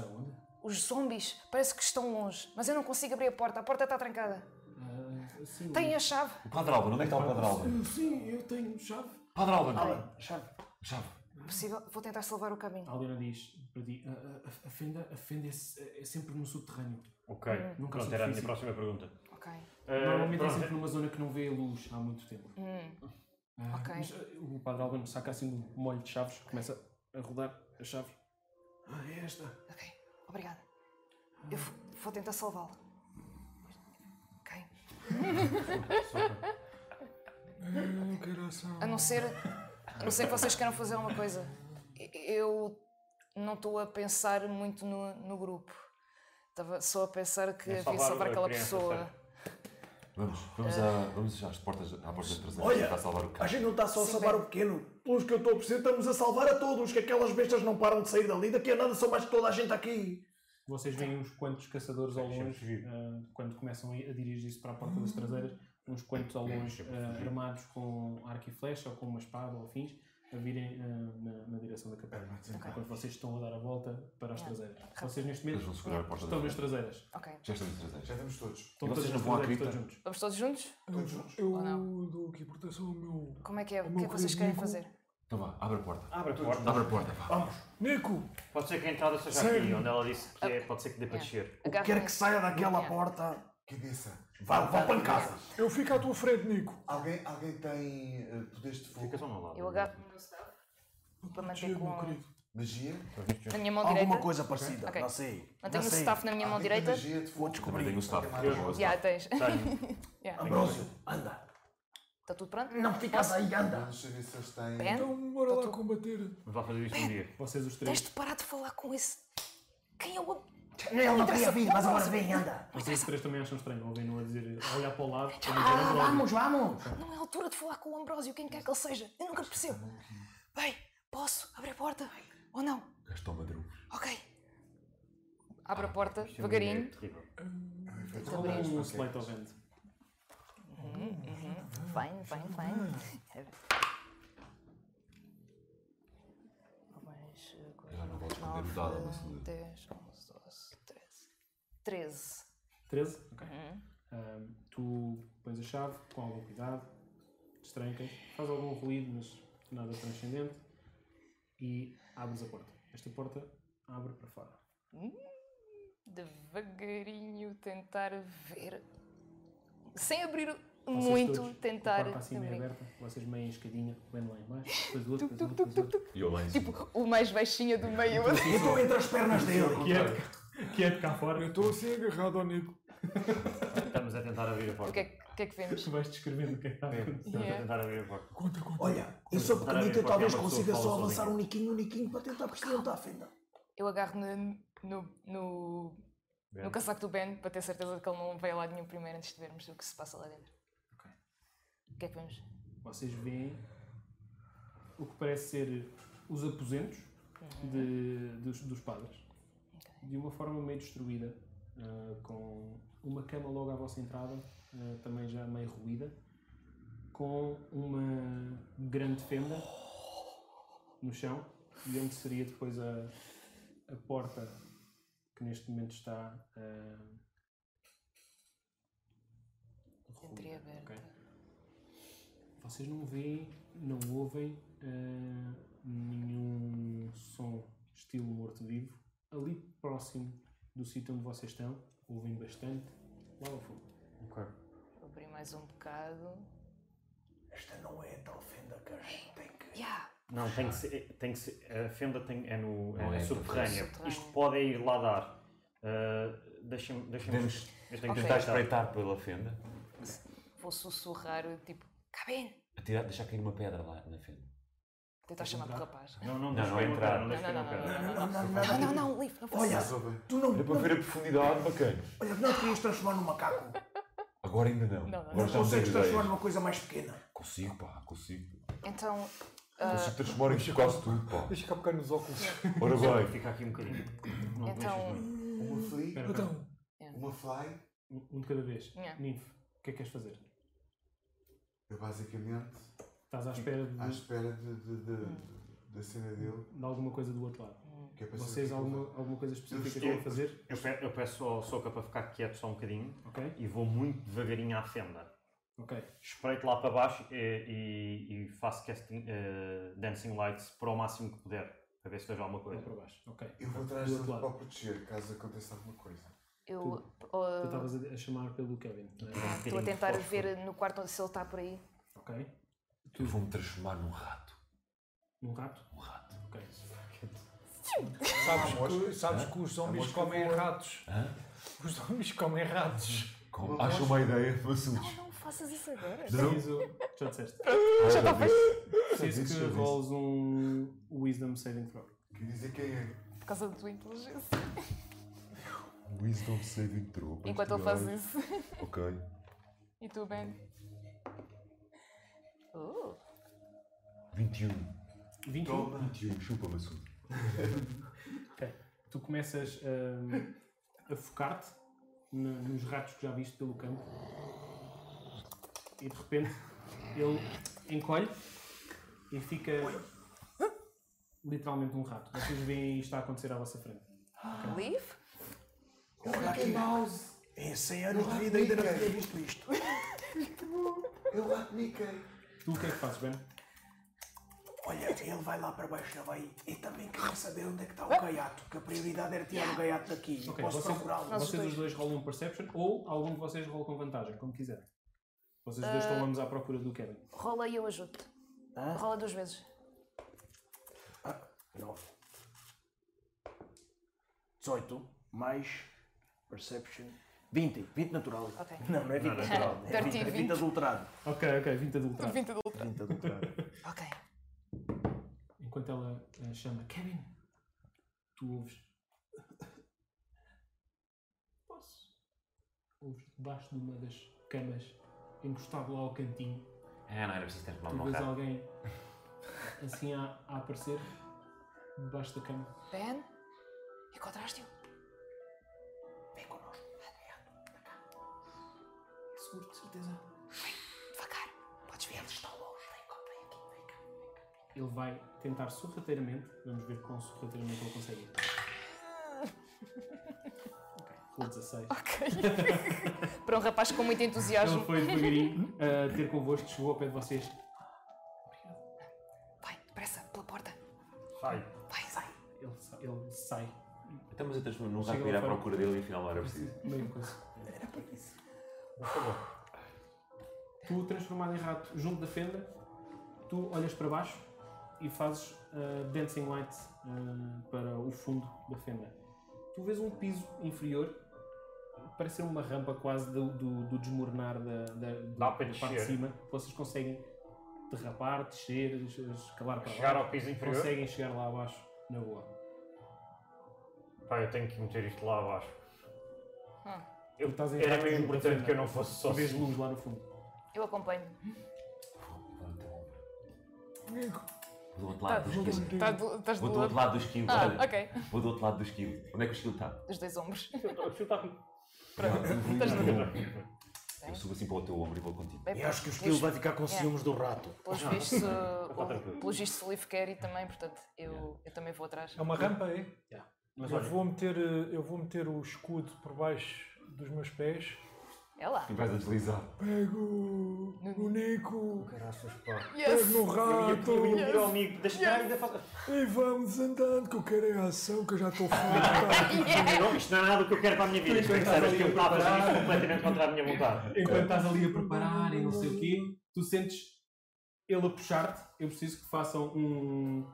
[SPEAKER 6] os zombies parece que estão longe, mas eu não consigo abrir a porta, a porta está trancada.
[SPEAKER 1] Ah, sim,
[SPEAKER 6] Tem a chave?
[SPEAKER 7] O Padre Alban, onde é que está
[SPEAKER 8] Então,
[SPEAKER 7] o Padre Alban?
[SPEAKER 9] Ah, Sim, eu tenho chave.
[SPEAKER 7] Padre Alban.
[SPEAKER 8] Chave.
[SPEAKER 7] Chave.
[SPEAKER 6] Possível, vou tentar salvar o
[SPEAKER 1] A
[SPEAKER 6] caminho.
[SPEAKER 1] Aldeana diz para ti: a, a- a fenda, a fenda é, se- é sempre no subterrâneo.
[SPEAKER 5] Ok,
[SPEAKER 1] Nunca
[SPEAKER 5] pronto,
[SPEAKER 1] soube
[SPEAKER 5] era a minha
[SPEAKER 1] físico.
[SPEAKER 5] próxima pergunta.
[SPEAKER 6] Ok.
[SPEAKER 5] Eh,
[SPEAKER 1] Normalmente é
[SPEAKER 5] pronto,
[SPEAKER 1] sempre numa zona que não vê a luz há muito tempo.
[SPEAKER 6] Hum.
[SPEAKER 1] Ah,
[SPEAKER 6] ok.
[SPEAKER 1] mas, ah, o padre Alban saca assim um molho de chaves, começa a rodar as chaves.
[SPEAKER 9] Ah, é esta.
[SPEAKER 6] Ok, obrigada. Eu vou, vou tentar salvá-lo. Ok.
[SPEAKER 4] Eu quero ação.
[SPEAKER 6] A não ser, a não ser que vocês queiram fazer alguma coisa. E- Eu não estou a pensar muito no, no grupo. Estava só a pensar que
[SPEAKER 5] Em
[SPEAKER 6] havia
[SPEAKER 5] É salvar
[SPEAKER 6] salvar
[SPEAKER 5] a
[SPEAKER 6] aquela
[SPEAKER 5] criança,
[SPEAKER 6] pessoa.
[SPEAKER 5] certo.
[SPEAKER 7] Vamos, vamos, à- vamos às portas, à porta das traseiras
[SPEAKER 8] Olha,
[SPEAKER 7] tentar salvar o
[SPEAKER 8] A
[SPEAKER 7] carro.
[SPEAKER 8] gente não está só a
[SPEAKER 6] Sim,
[SPEAKER 8] salvar
[SPEAKER 6] bem.
[SPEAKER 8] o pequeno. Pelos que eu estou a perceber, estamos a salvar a todos, que aquelas bestas não param de sair dali. Daqui a nada são mais que toda a gente aqui.
[SPEAKER 1] Vocês veem uns quantos caçadores ao longe, ah, quando começam a a dirigir-se para a porta das traseiras, uns quantos ao longe ah, armados com arco e flecha ou com uma espada ou fins, a virem ah, na, na direção da caverna. Enquanto vocês estão a dar a volta para as
[SPEAKER 6] Yeah.
[SPEAKER 1] traseiras. Vocês neste
[SPEAKER 7] Eles
[SPEAKER 1] momento
[SPEAKER 7] vão segurar a porta
[SPEAKER 1] estão
[SPEAKER 7] das
[SPEAKER 1] nas
[SPEAKER 7] traseiras.
[SPEAKER 1] traseiras.
[SPEAKER 6] Ok.
[SPEAKER 7] Já estão nas traseiras.
[SPEAKER 3] Já estamos todos.
[SPEAKER 1] Estão
[SPEAKER 7] E vocês
[SPEAKER 1] todas
[SPEAKER 7] não
[SPEAKER 1] nas
[SPEAKER 7] vão à
[SPEAKER 1] traseiras,
[SPEAKER 7] cripta?
[SPEAKER 1] todos juntos.
[SPEAKER 6] Vamos todos juntos?
[SPEAKER 3] Todos juntos.
[SPEAKER 4] Eu
[SPEAKER 6] Ou
[SPEAKER 4] dou aqui é proteção ao meu.
[SPEAKER 6] Como é que é?
[SPEAKER 4] ao
[SPEAKER 6] O
[SPEAKER 4] meu
[SPEAKER 6] que é que vocês
[SPEAKER 4] querido
[SPEAKER 6] querem
[SPEAKER 4] Nico.
[SPEAKER 6] fazer?
[SPEAKER 7] Então vá, abre a porta.
[SPEAKER 5] Abre a porta.
[SPEAKER 7] Abre a porta, vá.
[SPEAKER 8] Vamos.
[SPEAKER 4] Nico!
[SPEAKER 5] Pode ser que a entrada seja aqui, onde ela disse que é, pode ser que dê para descer.
[SPEAKER 8] O que quer que saia daquela
[SPEAKER 6] Yeah.
[SPEAKER 8] porta,
[SPEAKER 3] Que desça.
[SPEAKER 8] vá, vá para casa.
[SPEAKER 4] Eu fico à tua frente, Nico!
[SPEAKER 3] Alguém, alguém tem eh, poderes de fogo?
[SPEAKER 5] Fica só no lado.
[SPEAKER 6] Eu agarro no meu staff para manter
[SPEAKER 4] Chega,
[SPEAKER 6] com
[SPEAKER 4] meu querido.
[SPEAKER 3] Magia?
[SPEAKER 6] na minha mão
[SPEAKER 8] Alguma
[SPEAKER 6] direita.
[SPEAKER 8] coisa parecida,
[SPEAKER 6] Ok.
[SPEAKER 8] não sei.
[SPEAKER 6] Mantenho
[SPEAKER 8] não
[SPEAKER 6] o
[SPEAKER 8] sei.
[SPEAKER 6] staff na minha mão
[SPEAKER 4] Ah,
[SPEAKER 3] Alguém tem
[SPEAKER 6] direita.
[SPEAKER 3] Magia de
[SPEAKER 8] Vou
[SPEAKER 3] fogo?
[SPEAKER 7] Também
[SPEAKER 8] descobrir.
[SPEAKER 7] tenho um staff.
[SPEAKER 3] Tem mais
[SPEAKER 7] Eu vou ao
[SPEAKER 6] Já,
[SPEAKER 7] staff.
[SPEAKER 6] tens.
[SPEAKER 5] Tenho.
[SPEAKER 6] Yeah.
[SPEAKER 8] Ambrósio, anda.
[SPEAKER 6] Está Tá tudo pronto?
[SPEAKER 8] Não ficas aí, anda.
[SPEAKER 3] Vamos saber se eles têm.
[SPEAKER 6] Ben,
[SPEAKER 4] Então, bora lá combater.
[SPEAKER 5] Mas vai fazer isto um dia.
[SPEAKER 1] Vocês os três
[SPEAKER 6] tens de parar de falar com esse. Quem é o.
[SPEAKER 8] Ele não queria
[SPEAKER 6] Interessa
[SPEAKER 8] vir,
[SPEAKER 6] pouco,
[SPEAKER 8] mas agora
[SPEAKER 6] mas-
[SPEAKER 8] vem, anda.
[SPEAKER 1] Vocês três também acham estranho. Alguém-no a dizer, a olhar para o
[SPEAKER 8] <laughs>
[SPEAKER 1] lado. a dizer,
[SPEAKER 8] Ah,
[SPEAKER 1] "Ambrósio".
[SPEAKER 8] vamos, vamos.
[SPEAKER 6] Não é a altura de falar com o Ambrósio, quem quer que ele seja. Eu nunca percebo. Bem, posso abrir a porta? Ou não?
[SPEAKER 7] Gastou madrugos.
[SPEAKER 6] Ok.
[SPEAKER 5] Ah,
[SPEAKER 6] Abro a
[SPEAKER 5] é
[SPEAKER 6] porta,
[SPEAKER 5] um
[SPEAKER 6] devagarinho.
[SPEAKER 1] Rola um slate ao vento.
[SPEAKER 6] Fine, fine,
[SPEAKER 1] Hum.
[SPEAKER 6] fine. Mais, eh,
[SPEAKER 7] Já não vou esconder
[SPEAKER 6] nove,
[SPEAKER 7] o dado, mas tudo bem.
[SPEAKER 6] 10, 11, 12, 13. 13.
[SPEAKER 1] 13? Ok. Ahm, tu pões a chave com algum cuidado, destrancas, faz algum ruído, mas nada transcendente e abres a porta. Esta porta abre para fora.
[SPEAKER 6] Devagarinho tentar ver. Sem abrir
[SPEAKER 1] Vocês
[SPEAKER 6] muito,
[SPEAKER 1] todos,
[SPEAKER 6] tentar.
[SPEAKER 1] A porta assim meio
[SPEAKER 6] abrir.
[SPEAKER 1] aberta, vocês meio em escadinha, vendo lá em baixo, depois o outro, depois o outro, depois o outro.
[SPEAKER 7] E eu lá em cima.
[SPEAKER 6] Tipo, o mais baixinho do
[SPEAKER 1] <laughs>
[SPEAKER 6] meio.
[SPEAKER 8] Eu estou entre as pernas dele.
[SPEAKER 1] Quieto, quieto cá fora.
[SPEAKER 4] Eu estou assim agarrado ao Nico.
[SPEAKER 5] Estamos a tentar abrir a porta.
[SPEAKER 6] O que é que, o que é que vemos?
[SPEAKER 1] Tu vais descrevendo o que é que está a acontecer.
[SPEAKER 5] Estamos a
[SPEAKER 6] Yeah.
[SPEAKER 5] tentar abrir a porta.
[SPEAKER 4] Conta, conta.
[SPEAKER 8] Olha, eu sou
[SPEAKER 5] Tentar abrir
[SPEAKER 8] pequenito, eu
[SPEAKER 5] qualquer
[SPEAKER 8] talvez
[SPEAKER 5] uma pessoa
[SPEAKER 8] consiga
[SPEAKER 5] fala
[SPEAKER 8] só avançar
[SPEAKER 5] sozinha.
[SPEAKER 8] um niquinho, um niquinho para tentar perceber onde está a fenda.
[SPEAKER 6] Eu agarro no, no, no, no casaco do Ben para ter certeza de que ele não veio lá de nenhum primeiro antes de vermos o que se passa lá dentro.
[SPEAKER 1] Ok.
[SPEAKER 6] O que é que vemos?
[SPEAKER 1] Vocês veem o que parece ser os aposentos de- dos, dos padres, de uma forma meio destruída, ah, com uma cama logo à vossa entrada, ah, também já meio ruída, com uma grande fenda no chão, e onde seria depois a, a porta que neste momento está. ah,
[SPEAKER 6] Entreaberta.
[SPEAKER 1] ok? Vocês não veem, não ouvem ah, nenhum som estilo morto-vivo. Ali próximo do sítio onde vocês estão, ouvem bastante. Lá ao fundo.
[SPEAKER 5] Ok.
[SPEAKER 6] Vou abrir mais um bocado.
[SPEAKER 8] Esta não é a tal fenda que a gente tem que.
[SPEAKER 6] Yeah.
[SPEAKER 5] Não, tem que ser. Tem que ser a fenda tem, é no
[SPEAKER 7] Ah. Não
[SPEAKER 5] é
[SPEAKER 7] é,
[SPEAKER 5] subterrânea.
[SPEAKER 6] subterrânea.
[SPEAKER 5] Isto pode é ir lá dar. Uh, Deixem-me. Deixem
[SPEAKER 7] Podemos
[SPEAKER 5] eu tenho que
[SPEAKER 6] Ok.
[SPEAKER 7] Tentar
[SPEAKER 5] tentar.
[SPEAKER 7] espreitar pela fenda.
[SPEAKER 6] Vou sussurrar, tipo, Cabine!
[SPEAKER 7] Atirar, deixar cair uma pedra lá na fenda.
[SPEAKER 6] Tentar chamar para o rapaz.
[SPEAKER 5] Não, não,
[SPEAKER 7] Não,
[SPEAKER 5] deixa
[SPEAKER 7] não
[SPEAKER 5] eu
[SPEAKER 7] é entrar.
[SPEAKER 5] não
[SPEAKER 6] Não,
[SPEAKER 5] deixa
[SPEAKER 6] não,
[SPEAKER 5] eu
[SPEAKER 6] não,
[SPEAKER 5] uma pedra.
[SPEAKER 6] não,
[SPEAKER 8] Não,
[SPEAKER 6] não, não.
[SPEAKER 8] não,
[SPEAKER 6] Não, não,
[SPEAKER 8] não.
[SPEAKER 6] não, livre, não faça
[SPEAKER 8] Olha,
[SPEAKER 6] isso.
[SPEAKER 8] tu não.
[SPEAKER 7] Era para ver a profundidade, bacana.
[SPEAKER 8] Olha, não te querias transformar num macaco.
[SPEAKER 7] Agora ainda não. é
[SPEAKER 6] Não, não,
[SPEAKER 7] Agora
[SPEAKER 8] Não
[SPEAKER 7] estamos a
[SPEAKER 8] consegues transformar
[SPEAKER 7] ideias.
[SPEAKER 8] numa coisa mais pequena.
[SPEAKER 7] Consigo, pá, consigo.
[SPEAKER 6] Então,
[SPEAKER 7] Consigo transformar em quase tudo, pá.
[SPEAKER 10] Deixa cá pegar nos óculos.
[SPEAKER 7] Ora bem.
[SPEAKER 5] Fica aqui um bocadinho. Não
[SPEAKER 6] Então-
[SPEAKER 5] mexas muito.
[SPEAKER 3] Uma flea,
[SPEAKER 1] Espera, espera.
[SPEAKER 4] Então,
[SPEAKER 3] uma fly,
[SPEAKER 1] Um, um de cada vez.
[SPEAKER 6] Yeah.
[SPEAKER 1] Ninfo, o que é que queres fazer?
[SPEAKER 3] eu basicamente
[SPEAKER 1] Estás à espera de,
[SPEAKER 3] à espera de, de, de- da cena dele.
[SPEAKER 1] de alguma coisa do outro lado.
[SPEAKER 3] Que é para saber o que é
[SPEAKER 1] Vocês
[SPEAKER 3] que
[SPEAKER 1] alguma,
[SPEAKER 3] ele vai-
[SPEAKER 1] alguma coisa específica que
[SPEAKER 3] estou-
[SPEAKER 1] querem fazer?
[SPEAKER 5] Eu, pe- eu peço ao Soca para ficar quieto só um bocadinho
[SPEAKER 1] Ok?
[SPEAKER 5] e vou muito devagarinho à fenda.
[SPEAKER 1] Ok.
[SPEAKER 5] Espreito lá para baixo e, e- e faço casting, eh, Dancing Lights para o máximo que puder, para ver se vejo alguma
[SPEAKER 1] Vai
[SPEAKER 5] coisa.
[SPEAKER 1] para baixo. Ok.
[SPEAKER 3] Eu vou atrás
[SPEAKER 1] do
[SPEAKER 3] dele
[SPEAKER 1] outro
[SPEAKER 3] para
[SPEAKER 1] lado.
[SPEAKER 3] o proteger, caso aconteça alguma coisa.
[SPEAKER 6] eu
[SPEAKER 1] Tu
[SPEAKER 6] ah,
[SPEAKER 1] estavas a, a chamar pelo Kevin. não é?
[SPEAKER 6] estou a tentar ver no quarto se ele está por aí.
[SPEAKER 1] Ok.
[SPEAKER 7] Eu vou-me transformar num rato.
[SPEAKER 1] Num rato?
[SPEAKER 7] Um rato.
[SPEAKER 1] Ok.
[SPEAKER 10] Sabes,
[SPEAKER 3] mosca.
[SPEAKER 10] que, sabes que os zombies
[SPEAKER 3] mosca
[SPEAKER 10] comem
[SPEAKER 3] voa.
[SPEAKER 10] ratos.
[SPEAKER 7] Hã?
[SPEAKER 10] Os zombies comem ratos.
[SPEAKER 7] Com- Acham uma ideia, assuntos.
[SPEAKER 6] Ah, Não faças isso agora.
[SPEAKER 1] Preciso. Já disseste.
[SPEAKER 7] Já está feito.
[SPEAKER 1] Preciso que roles um Wisdom Saving Throw.
[SPEAKER 3] Quer dizer quem é?
[SPEAKER 6] Por causa da tua inteligência.
[SPEAKER 7] Wisdom saving throw.
[SPEAKER 6] Enquanto ele faz isso.
[SPEAKER 7] Ok.
[SPEAKER 6] E tu, Ben? Uh,
[SPEAKER 7] 21.
[SPEAKER 8] Então-
[SPEAKER 1] 21.
[SPEAKER 7] 21. Chupa-me, assunto.
[SPEAKER 1] Tu começas hum, a focar-te na- nos ratos que já viste pelo campo e de repente ele encolhe e fica literalmente um rato. Vocês veem isto a acontecer à vossa frente.
[SPEAKER 6] leave?
[SPEAKER 8] Olha aqui.
[SPEAKER 3] Mouse!
[SPEAKER 8] Em 100 anos
[SPEAKER 3] Não
[SPEAKER 8] de
[SPEAKER 3] há
[SPEAKER 8] vida ainda não
[SPEAKER 3] ninguém.
[SPEAKER 8] tinha visto isto.
[SPEAKER 3] Eu lá Mickey!
[SPEAKER 1] Tu o que é que fazes, Ben?
[SPEAKER 8] Olha, ele vai lá para baixo, ele vai. E também quero saber onde é que está o gaiato, que a prioridade era tirar o gaiato daqui.
[SPEAKER 1] Ok,
[SPEAKER 8] Posso
[SPEAKER 1] vocês,
[SPEAKER 8] procurá-lo?
[SPEAKER 1] vocês os dois rolam um Perception ou algum de vocês rola com vantagem, como quiserem. Vocês dois estão ambos à procura do Kevin.
[SPEAKER 6] Rola e eu ajudo.
[SPEAKER 8] Hã?
[SPEAKER 6] Rola duas vezes.
[SPEAKER 8] Nove. 18 mais Perception. 20. 20 natural.
[SPEAKER 6] Ok.
[SPEAKER 8] Não, não é 20 natural. É 20, é 20 adulterado.
[SPEAKER 1] Ok, ok, 20 adulterado.
[SPEAKER 8] 20 adulterado.
[SPEAKER 6] Ok.
[SPEAKER 1] <laughs> Enquanto ela eh, chama Kevin, tu ouves. ouves debaixo de uma das camas, encostado lá ao cantinho,
[SPEAKER 2] Ah, não era preciso transformar
[SPEAKER 1] tu
[SPEAKER 2] num
[SPEAKER 1] vês
[SPEAKER 2] rato. <laughs>
[SPEAKER 1] alguém assim a, a aparecer debaixo da cama.
[SPEAKER 6] Ben, encontraste-o?
[SPEAKER 8] Vem connosco. É Adriano, cá.
[SPEAKER 6] Seguro, de certeza. Devagar, podes ver.
[SPEAKER 8] Eles estão longe. Vem cá, vem aqui, vem cá.
[SPEAKER 1] Ele vai tentar sorrateiramente, vamos ver quão sorrateiramente ele consegue ir. Ok, rolou 16.
[SPEAKER 6] Para um rapaz com muito entusiasmo.
[SPEAKER 1] Ele foi devagarinho a ter convosco, chegou ao pé de vocês.
[SPEAKER 6] Vai, depressa, pela porta.
[SPEAKER 5] Sai.
[SPEAKER 6] Vai, sai.
[SPEAKER 1] Ele, sa- ele sai.
[SPEAKER 2] Então, mas eu transformo num rato
[SPEAKER 1] Chega
[SPEAKER 2] para ir à
[SPEAKER 1] lá fora.
[SPEAKER 2] procura dele e afinal não era preciso.
[SPEAKER 1] Meio coisa. Era para isso. Tu, transformado em rato junto da fenda, tu olhas para baixo e fazes ah, dancing light ah, para o fundo da fenda. Tu vês um piso inferior, parece ser uma rampa quase do, do- do desmoronar da, da, do-
[SPEAKER 5] Dá
[SPEAKER 1] da
[SPEAKER 5] para
[SPEAKER 1] parte de
[SPEAKER 5] descer.
[SPEAKER 1] cima. Vocês conseguem derrapar, descer, es- escalar para
[SPEAKER 5] Chegar
[SPEAKER 1] baixo.
[SPEAKER 5] ao piso inferior?
[SPEAKER 1] Conseguem chegar lá abaixo na boa.
[SPEAKER 5] Pá, eu tenho que meter isto lá abaixo. Eu,
[SPEAKER 1] Tu estás em
[SPEAKER 5] era
[SPEAKER 1] rato
[SPEAKER 5] mesmo
[SPEAKER 1] junto da
[SPEAKER 5] importante
[SPEAKER 1] fenda.
[SPEAKER 5] que eu não fosse
[SPEAKER 1] Tu Vês
[SPEAKER 5] sócio.
[SPEAKER 1] luz lá no fundo.
[SPEAKER 6] Eu acompanho.
[SPEAKER 2] Do outro lado do
[SPEAKER 4] Uhum.
[SPEAKER 2] esquilo.
[SPEAKER 6] Tá do- Estás
[SPEAKER 2] Vou
[SPEAKER 6] do
[SPEAKER 2] do outro lado do esquilo, olha.
[SPEAKER 6] Ah, ok.
[SPEAKER 2] Vou do outro lado do esquilo. Onde é que o esquilo está?
[SPEAKER 6] <laughs> Os dois ombros.
[SPEAKER 2] Pronto.
[SPEAKER 6] Estás no
[SPEAKER 2] Eu, eu subo assim para o teu ombro e vou contigo.
[SPEAKER 6] Bem,
[SPEAKER 8] Eu acho que o
[SPEAKER 6] pelos-
[SPEAKER 8] esquilo vai ficar com ciúmes do rato.
[SPEAKER 6] Pelos
[SPEAKER 8] <laughs>
[SPEAKER 6] vistos, uh, o- pelos vistos, o Leaf quer ir também, portanto, eu, eu também vou atrás.
[SPEAKER 10] É uma rampa, é?
[SPEAKER 1] Mas
[SPEAKER 10] eu,
[SPEAKER 1] olha-
[SPEAKER 10] vou meter, eh, eu vou meter o escudo por baixo dos meus pés.
[SPEAKER 6] É lá. <laughs>
[SPEAKER 2] E vais a deslizar.
[SPEAKER 10] Pego no Nico,
[SPEAKER 8] Graças, pá.
[SPEAKER 10] pego no
[SPEAKER 5] Eu ia- eu ia
[SPEAKER 10] rato
[SPEAKER 5] pedir um ao amigo, deixa-me ainda fazer.
[SPEAKER 10] e vamos andando que eu quero é ação, que eu já estou farto.
[SPEAKER 2] um-
[SPEAKER 5] Não, Isto não é nada do que eu quero para a minha vida. Isto é sabes que eu estava a fazer isto completamente contra a minha vontade.
[SPEAKER 1] Enquanto É estás ali a preparar e não sei o quê, tu sentes ele a puxar-te. Eu preciso que façam um.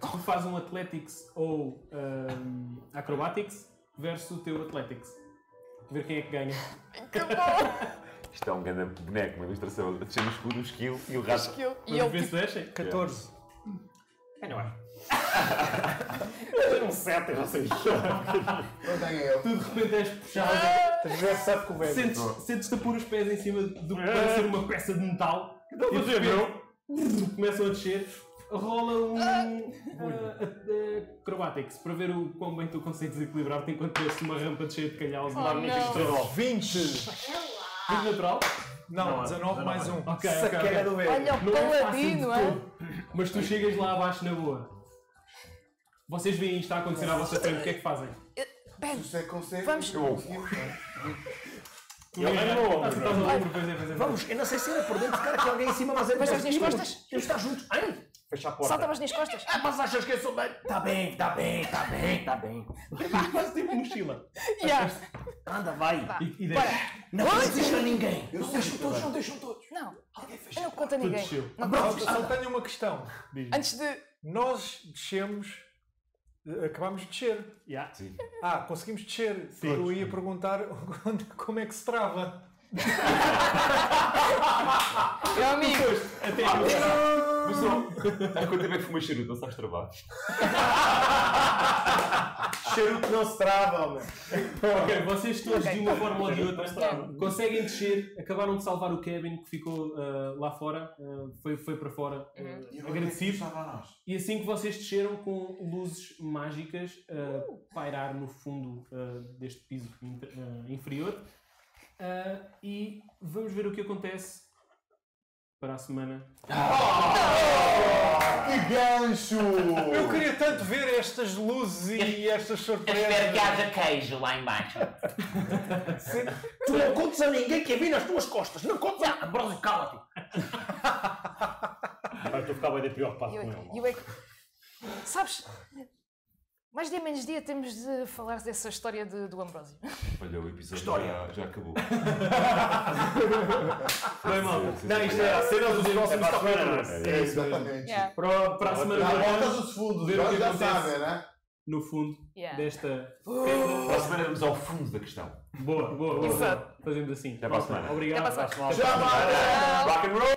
[SPEAKER 1] Tu faz um Athletics ou um, Acrobatics versus o teu Athletics. Ver quem é que ganha.
[SPEAKER 2] Isto é um grande boneco, uma ilustração. Deixando o escudo, o esquilo e o rato.
[SPEAKER 6] Que eu,
[SPEAKER 1] Vamos
[SPEAKER 6] e ele
[SPEAKER 1] ver
[SPEAKER 6] tipo,
[SPEAKER 1] se deixem.
[SPEAKER 10] 14.
[SPEAKER 5] É, não é? Um sete, eu não sei.
[SPEAKER 3] Não tem eu.
[SPEAKER 1] Tu de repente és
[SPEAKER 5] Ah!
[SPEAKER 1] puxado,
[SPEAKER 10] Transversado com
[SPEAKER 7] é, né?
[SPEAKER 10] o velho.
[SPEAKER 1] sentes- sentes-te a pôr os pés em cima do que parece ser uma peça de metal. Que estão a fazer, Começam a descer. Rola um ah, ah, Acrobatics para ver o quão bem tu consegues equilibrar-te enquanto tens uma rampa de cheia de calhaus
[SPEAKER 2] um
[SPEAKER 1] e
[SPEAKER 6] Oh,
[SPEAKER 1] dar-me
[SPEAKER 6] não.
[SPEAKER 1] estrela.
[SPEAKER 10] 20!
[SPEAKER 1] Muito natural.
[SPEAKER 10] Não, 19 mais um.
[SPEAKER 1] Ok, ok,
[SPEAKER 10] Saqueira
[SPEAKER 1] ok.
[SPEAKER 10] do velho.
[SPEAKER 6] olha o
[SPEAKER 1] Não é fácil de
[SPEAKER 6] paladino, hã?
[SPEAKER 1] todo, Mas tu chegas lá abaixo na boa. Vocês veem isto a acontecer à vossa frente, o que é que fazem?
[SPEAKER 6] Ben,
[SPEAKER 2] é
[SPEAKER 3] Se você consegue,
[SPEAKER 6] Vamos.
[SPEAKER 3] eu consegui, né?
[SPEAKER 1] Tu vês,
[SPEAKER 5] ganhou,
[SPEAKER 1] ah, tu estás a ombro, pois é, pois é.
[SPEAKER 8] Vamos, eu não sei se era por dentro, cara, que alguém em cima, mas era
[SPEAKER 6] Mas
[SPEAKER 8] por
[SPEAKER 6] as minhas
[SPEAKER 8] cima.
[SPEAKER 2] é
[SPEAKER 6] costas?
[SPEAKER 8] Temos de estar juntos. Hein?
[SPEAKER 5] Fecha a
[SPEAKER 6] salta
[SPEAKER 5] porta.
[SPEAKER 6] nas minhas costas.
[SPEAKER 8] Ah,
[SPEAKER 2] <laughs>
[SPEAKER 8] mas achas que eu sou bem? Tá bem, tá bem, tá bem, tá bem.
[SPEAKER 1] Quase tipo mochila.
[SPEAKER 6] Yeah.
[SPEAKER 8] Anda, vai.
[SPEAKER 1] E, e deixa.
[SPEAKER 8] Não vais deixar ninguém.
[SPEAKER 3] Eu sei.
[SPEAKER 8] Todos não deixam todos.
[SPEAKER 6] Não, eu não conto a
[SPEAKER 1] Tudo
[SPEAKER 6] ninguém.
[SPEAKER 1] desceu.
[SPEAKER 6] Não
[SPEAKER 10] Só-
[SPEAKER 6] conto.
[SPEAKER 10] Só tenho uma questão.
[SPEAKER 6] Antes de.
[SPEAKER 10] Nós descemos, eh, acabámos de descer.
[SPEAKER 1] Yeah.
[SPEAKER 10] Ah, conseguimos descer. Eu ia perguntar onde- como é que se trava.
[SPEAKER 6] Meu amigo,
[SPEAKER 1] Até aqui.
[SPEAKER 2] Pessoal, sabe quanto tempo é que fumei charuto? Não sabes travar?
[SPEAKER 8] Charuto não se trava, homem.
[SPEAKER 1] Ok, vocês todos
[SPEAKER 6] Ok.
[SPEAKER 1] de uma forma ou
[SPEAKER 2] <laughs>
[SPEAKER 1] de outra conseguem descer, acabaram de salvar o Kevin que ficou ah, lá fora, ah, foi, foi para fora
[SPEAKER 2] Uhum.
[SPEAKER 1] ah,
[SPEAKER 3] E agora
[SPEAKER 1] agradecido.
[SPEAKER 3] Estava a nós.
[SPEAKER 7] É
[SPEAKER 1] E assim que vocês desceram com luzes mágicas a
[SPEAKER 2] Uh!
[SPEAKER 1] pairar no fundo ah, deste piso inter- ah, inferior. Ah, e vamos ver o que acontece para a semana.
[SPEAKER 3] Que gancho!
[SPEAKER 10] Eu queria tanto ver estas luzes e estas surpresas.
[SPEAKER 5] queijo lá
[SPEAKER 8] <laughs>
[SPEAKER 5] embaixo.
[SPEAKER 8] Tu não contes a ninguém que havia nas tuas costas. Não contes a... Ambrosio, cala-te.
[SPEAKER 5] Agora estou a ficar bem preocupado
[SPEAKER 6] eu
[SPEAKER 5] com
[SPEAKER 6] é
[SPEAKER 5] ele.
[SPEAKER 6] que. eu é que- Sabes? Mais dia menos dia temos de falar dessa história de- do Ambrósio.
[SPEAKER 2] Olha, o episódio
[SPEAKER 8] História.
[SPEAKER 2] já, já acabou.
[SPEAKER 5] Bem, malta.
[SPEAKER 8] Não, isto é a cena dos próximos
[SPEAKER 5] Mas
[SPEAKER 10] né?
[SPEAKER 3] É, exatamente.
[SPEAKER 6] Yeah,
[SPEAKER 1] Para,
[SPEAKER 10] É
[SPEAKER 1] para a semana
[SPEAKER 3] Na
[SPEAKER 1] veremos
[SPEAKER 3] volta do segundo,
[SPEAKER 1] Ver o que
[SPEAKER 3] já
[SPEAKER 1] acontece.
[SPEAKER 3] sabem, né?
[SPEAKER 1] no fundo
[SPEAKER 6] yeah.
[SPEAKER 1] desta.
[SPEAKER 2] Ah. Para a semana vamos ao fundo da questão.
[SPEAKER 1] Boa, boa, boa. boa.
[SPEAKER 6] Exato.
[SPEAKER 1] Fazemos assim.
[SPEAKER 2] Até para a semana.
[SPEAKER 1] Obrigado.
[SPEAKER 6] Até para a semana.
[SPEAKER 5] malta.
[SPEAKER 2] Rock and roll!